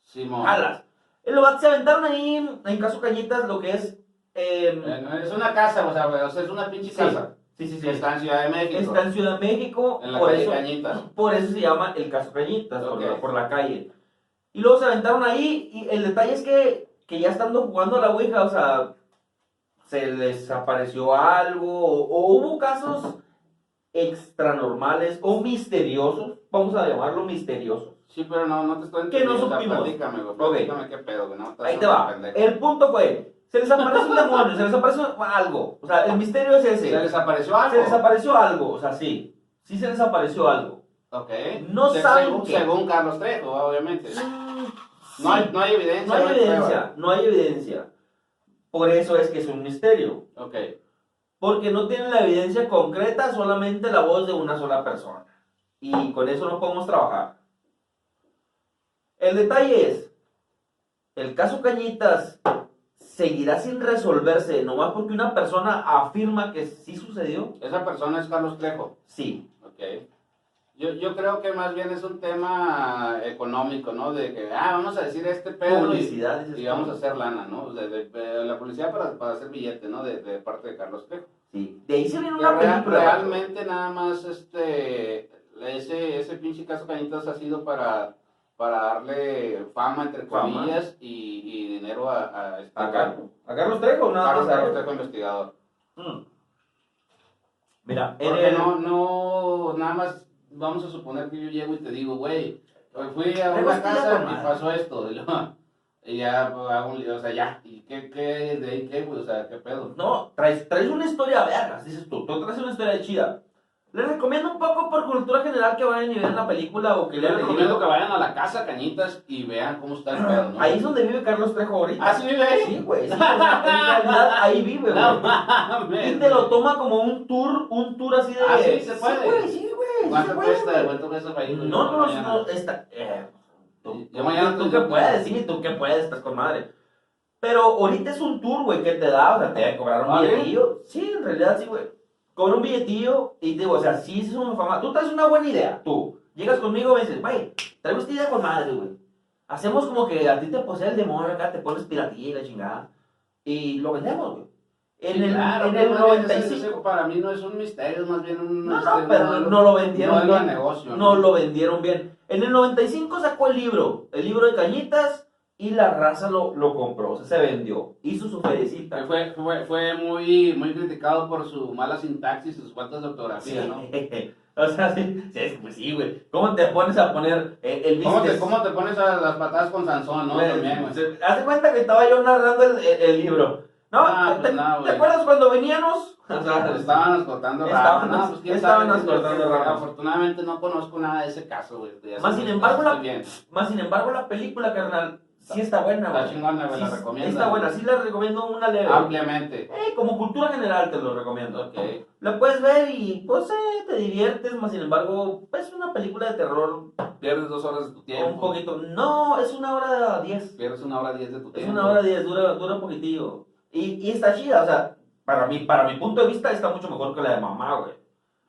S3: Simón.
S2: alas. Y los vatos se aventaron ahí en, en Caso Cañitas lo que es. em,
S3: Eh, no, Es una casa, o sea, güey, o sea, es una pinche
S2: Sí,
S3: casa.
S2: sí, sí, sí.
S3: Que está en Ciudad de México.
S2: Está en Ciudad de México.
S3: en la
S2: por,
S3: calle
S2: eso,
S3: Cañitas.
S2: por eso se llama el Caso Cañitas, por, la,
S3: Ok.
S2: por la calle. Y luego se aventaron ahí. Y el detalle es que, que ya estando jugando a la Ouija, o sea, se les apareció algo. O, o hubo casos extranormales o misteriosos. Vamos a llamarlo misteriosos.
S3: Sí, pero no, no te estoy
S2: Que no
S3: entendiendo. o sea,
S2: supimos.
S3: Platícame, güey.
S2: Ok.
S3: Platícame qué pedo, güey. No, estás
S2: Ahí te
S3: súper
S2: va.
S3: pendejo.
S2: El punto fue, se les aparece un demonio, se les aparece algo. O sea, el misterio es ese.
S3: ¿Se les apareció algo?
S2: Se les apareció algo, o sea, sí. Sí se les apareció algo.
S3: Ok.
S2: No
S3: Se-
S2: saben
S3: según,
S2: qué.
S3: según Carlos Trejo, obviamente.
S2: Sí,
S3: No, hay, no hay evidencia.
S2: no hay
S3: prueba.
S2: evidencia, no hay evidencia. Por eso es que es un misterio.
S3: Ok.
S2: Porque no tienen la evidencia concreta, solamente la voz de una sola persona. Y con eso no podemos trabajar. El detalle es, el caso Cañitas seguirá sin resolverse, nomás porque una persona afirma que sí sucedió.
S3: Esa persona es Carlos Trejo.
S2: Sí,
S3: Ok. Yo, yo creo que más bien es un tema económico, ¿no? De que, ah, vamos a decir este pedo. y-
S2: publicidad. dices
S3: Y
S2: tú.
S3: vamos a hacer lana, ¿no? O sea, de- de la publicidad para, para hacer billete, ¿no? De, de parte de Carlos Trejo.
S2: Sí, de ahí se viene
S3: Pero
S2: una
S3: rea-
S2: película.
S3: realmente nada más este ese, ese pinche caso Cañitas ha sido para, para darle fama, entre
S2: Fama.
S3: comillas, y, y dinero a, a, este-
S2: ¿A Carlos? ¿A Carlos Trejo? Nada
S3: Carlos
S2: más a
S3: Trejo,
S2: él.
S3: Trejo investigador.
S2: Mm. Mira, en
S3: Porque
S2: el-
S3: no, no, nada más vamos a suponer que yo llego y te digo, güey, pues fui a
S2: Pero
S3: una
S2: es que ya
S3: casa
S2: normal.
S3: y pasó esto. Y, luego- y ya pues, hago un lío, o sea, ya. ¿Y qué, qué, de ahí qué, güey? O sea, qué pedo.
S2: No, traes, traes una historia vergas, dices tú. Tú traes una historia chida. Les recomiendo un poco por cultura general que vayan y vean la película o que
S3: Les
S2: lean el
S3: recomiendo
S2: libro.
S3: que vayan a la casa Cañitas y vean cómo está el pedo, ¿no?
S2: Ahí es donde vive Carlos Trejo ahorita.
S3: ¿Ah, sí vive ahí?
S2: Sí, güey. sí, o sea, en realidad ahí vive, güey.
S3: No mames.
S2: Y te lo toma como un tour, un tour así de.
S3: Ah, sí, se puede.
S2: Sí, güey, sí, güey. sí
S3: ¿Cuánto
S2: se puede,
S3: cuesta?
S2: güey.
S3: ¿Cuánto cuesta para ir?
S2: No, no,
S3: Mañana.
S2: no, está. eh, tú,
S3: Yo mañana
S2: tú,
S3: tengo
S2: que
S3: que-
S2: puedes, sí, tú que puedes, estás con madre. Pero ahorita es un tour, güey, que te da, o sea, te cobraron
S3: ¿Ah,
S2: un
S3: sí?
S2: billetillo. Sí, en realidad sí, güey. Cobra un billetillo y digo, o sea, sí, es una fama. Tú traes una buena idea, tú. Llegas conmigo y me dices, güey, traigo esta idea con madre, güey. Hacemos como que a ti te posee el demonio acá, te pones piratilla y la chingada. Y lo vendemos, güey. En el,
S3: Claro,
S2: en
S3: pero
S2: el
S3: más bien ese-
S2: 95.
S3: ese Para mí no es un misterio, es más bien un.
S2: No,
S3: este,
S2: no, pero no lo vendieron
S3: No era
S2: bien.
S3: negocio.
S2: No lo vendieron bien. En el 95 sacó el libro, el libro de Cañitas, y la raza lo, lo compró, o sea, se vendió. Hizo su
S3: Que
S2: feriecita.
S3: Fue, fue, fue muy, muy criticado por su mala sintaxis y sus faltas de ortografía, ¿no?
S2: o sea, sí, sí, pues sí, güey. ¿Cómo te pones a poner eh, el
S3: ¿Cómo te,
S2: business?
S3: ¿Cómo te pones a las patadas con Sansón, no?
S2: Güey,
S3: También, güey.
S2: se- Haz de cuenta que estaba yo narrando el, el- el libro. ¿No?
S3: Ah,
S2: ¿Te,
S3: pues nada,
S2: te
S3: güey.
S2: acuerdas cuando veníamos? O sea,
S3: Estábamos cortando
S2: Estábamos-
S3: ramas. No, pues, ¿quién
S2: estábamos
S3: sabe?
S2: cortando ramas.
S3: Afortunadamente no conozco nada de ese caso, güey. Ya
S2: Más
S3: sé-
S2: sin embargo,
S3: estoy
S2: la-
S3: bien.
S2: Más sin embargo, la película, carnal, sí está buena,
S3: Está
S2: güey.
S3: chingona, güey, la
S2: Sí
S3: recomiendo.
S2: Está buena, sí la recomiendo una leve.
S3: Ampliamente.
S2: Eh, como cultura general te lo recomiendo.
S3: Ok.
S2: La puedes ver y, pues, eh, te diviertes, más sin embargo, es una película de terror
S3: Pierdes dos horas de tu tiempo.
S2: un poquito. No, es una hora diez.
S3: Pierdes una hora diez de tu
S2: Es
S3: tiempo.
S2: una hora diez, dura, dura un poquitillo. Y, y está chida, o sea, para mí, para mi punto de vista está mucho mejor que la de mamá, güey.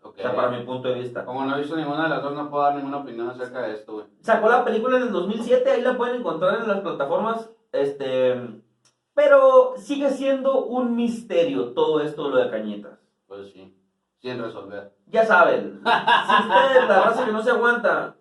S3: Ok.
S2: O sea, para mi punto de vista.
S3: Como no he visto ninguna de las dos, no puedo dar ninguna opinión acerca de esto, güey.
S2: Sacó la película en el 2007, ahí la pueden encontrar en las plataformas, este... Pero sigue siendo un misterio todo esto de lo de Cañitas.
S3: Pues sí. Sin resolver.
S2: Ya saben, si ustedes, la raza que no se aguanta,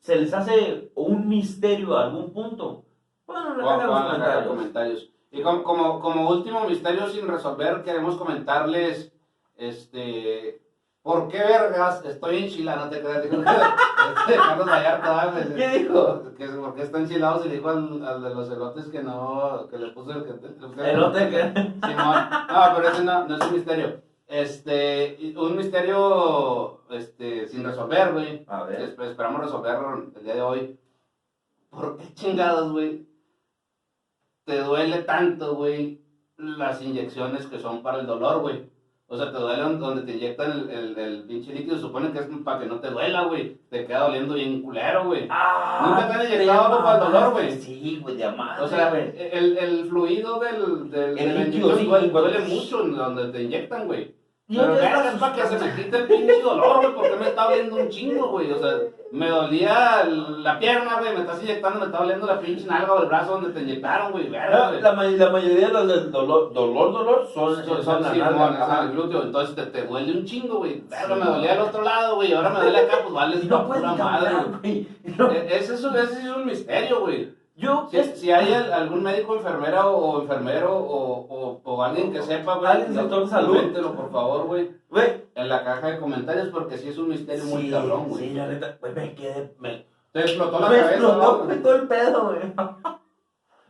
S2: se les hace un misterio a algún punto, bueno, en la caja de los
S3: Pongan en la caja de
S2: comentarios.
S3: comentarios. Y como, como, como último misterio sin resolver, queremos comentarles, este, ¿por qué vergas estoy enchilado? No te creas, dijo este, Carlos Vallarta. ¿verdad?
S2: ¿Qué dijo?
S3: Que, ¿Por qué está enchilado? Se dijo al, al de los elotes que no, que le puso el... que-
S2: El otro que-
S3: Simón. No, pero ese no, no es un misterio. Este, y un misterio, este, sin resolver, güey.
S2: A ver,
S3: Espe- esperamos resolver el día de hoy. ¿Por qué chingados, güey? Te duele tanto, güey, las inyecciones que son para el dolor, güey. O sea, te duele don- donde te inyectan el, el, el pinche líquido. Supone que es para que no te duela, güey. Te queda doliendo bien culero, güey.
S2: Ah,
S3: Nunca te han inyectado algo para el dolor, güey.
S2: Sí, Ah, güey, de amar.
S3: O sea, el, el fluido del, del,
S2: El
S3: de la
S2: líquido,
S3: inyección
S2: sí,
S3: duele,
S2: cuando-
S3: duele mucho en donde te inyectan, güey.
S2: Y
S3: Pero
S2: otra vez
S3: verga,
S2: la
S3: es para que se
S2: sustancia.
S3: me quite el pinche dolor, güey, porque me está doliendo un chingo, güey. O sea, me dolía el- la pierna, güey, me estás inyectando, me está doliendo la pinche nalga o el brazo donde te inyectaron, güey, verga,
S2: La,
S3: güey.
S2: la ma- la mayoría de los del dolor, dolor, dolor, son,
S3: Son,
S2: son
S3: son
S2: la
S3: pulmones,
S2: nalga,
S3: son
S2: ajá.
S3: el glúteo, entonces te, te duele un chingo, güey. Verga,
S2: Sí.
S3: me dolía al otro lado, güey, ahora me duele acá, pues vale,
S2: Y
S3: es
S2: no
S3: una
S2: puedes
S3: pura
S2: ni
S3: madre,
S2: caminar,
S3: güey.
S2: güey. No.
S3: E- Ese es, un- ese es un misterio, güey.
S2: Yo,
S3: Si, si hay al- algún médico, enfermera o, o enfermero o, o, o alguien que sepa, güey,
S2: Alguien del sector
S3: no,
S2: salud.
S3: coméntelo, por favor, güey,
S2: güey,
S3: en la caja de comentarios, porque sí es un misterio muy
S2: sí,
S3: cabrón, güey.
S2: Sí, la neta, güey, me quedé, me,
S3: Te explotó la
S2: Me
S3: cabeza.
S2: explotó
S3: ¿no?
S2: güey, todo el pedo, güey.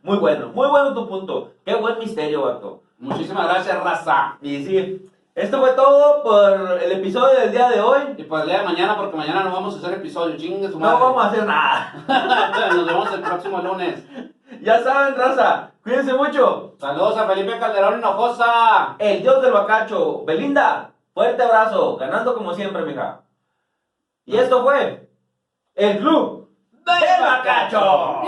S2: Muy bueno, muy bueno tu punto. Qué buen misterio, vato.
S3: Muchísimas gracias, raza.
S2: Y sí, esto fue todo por el episodio del día de hoy.
S3: Y pues el día de mañana, porque mañana no vamos a hacer episodio. Chingue
S2: No
S3: su madre.
S2: vamos a hacer nada.
S3: Nos vemos el próximo lunes.
S2: Ya saben, raza, cuídense mucho.
S3: Saludos a Felipe Calderón Hinojosa.
S2: El dios del bacacho. Belinda, fuerte abrazo. Ganando como siempre, mija. Y esto fue el club del bacacho.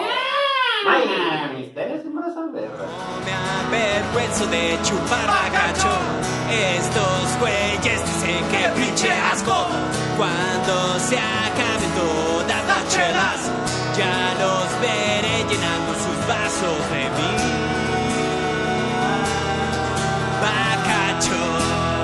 S3: Ay, misterios sin resolver.
S1: No me avergüenzo de chupar bacacho. Estos güeyes dicen que pinche asco. Cuando se acaben todas las chelas, ya los ve.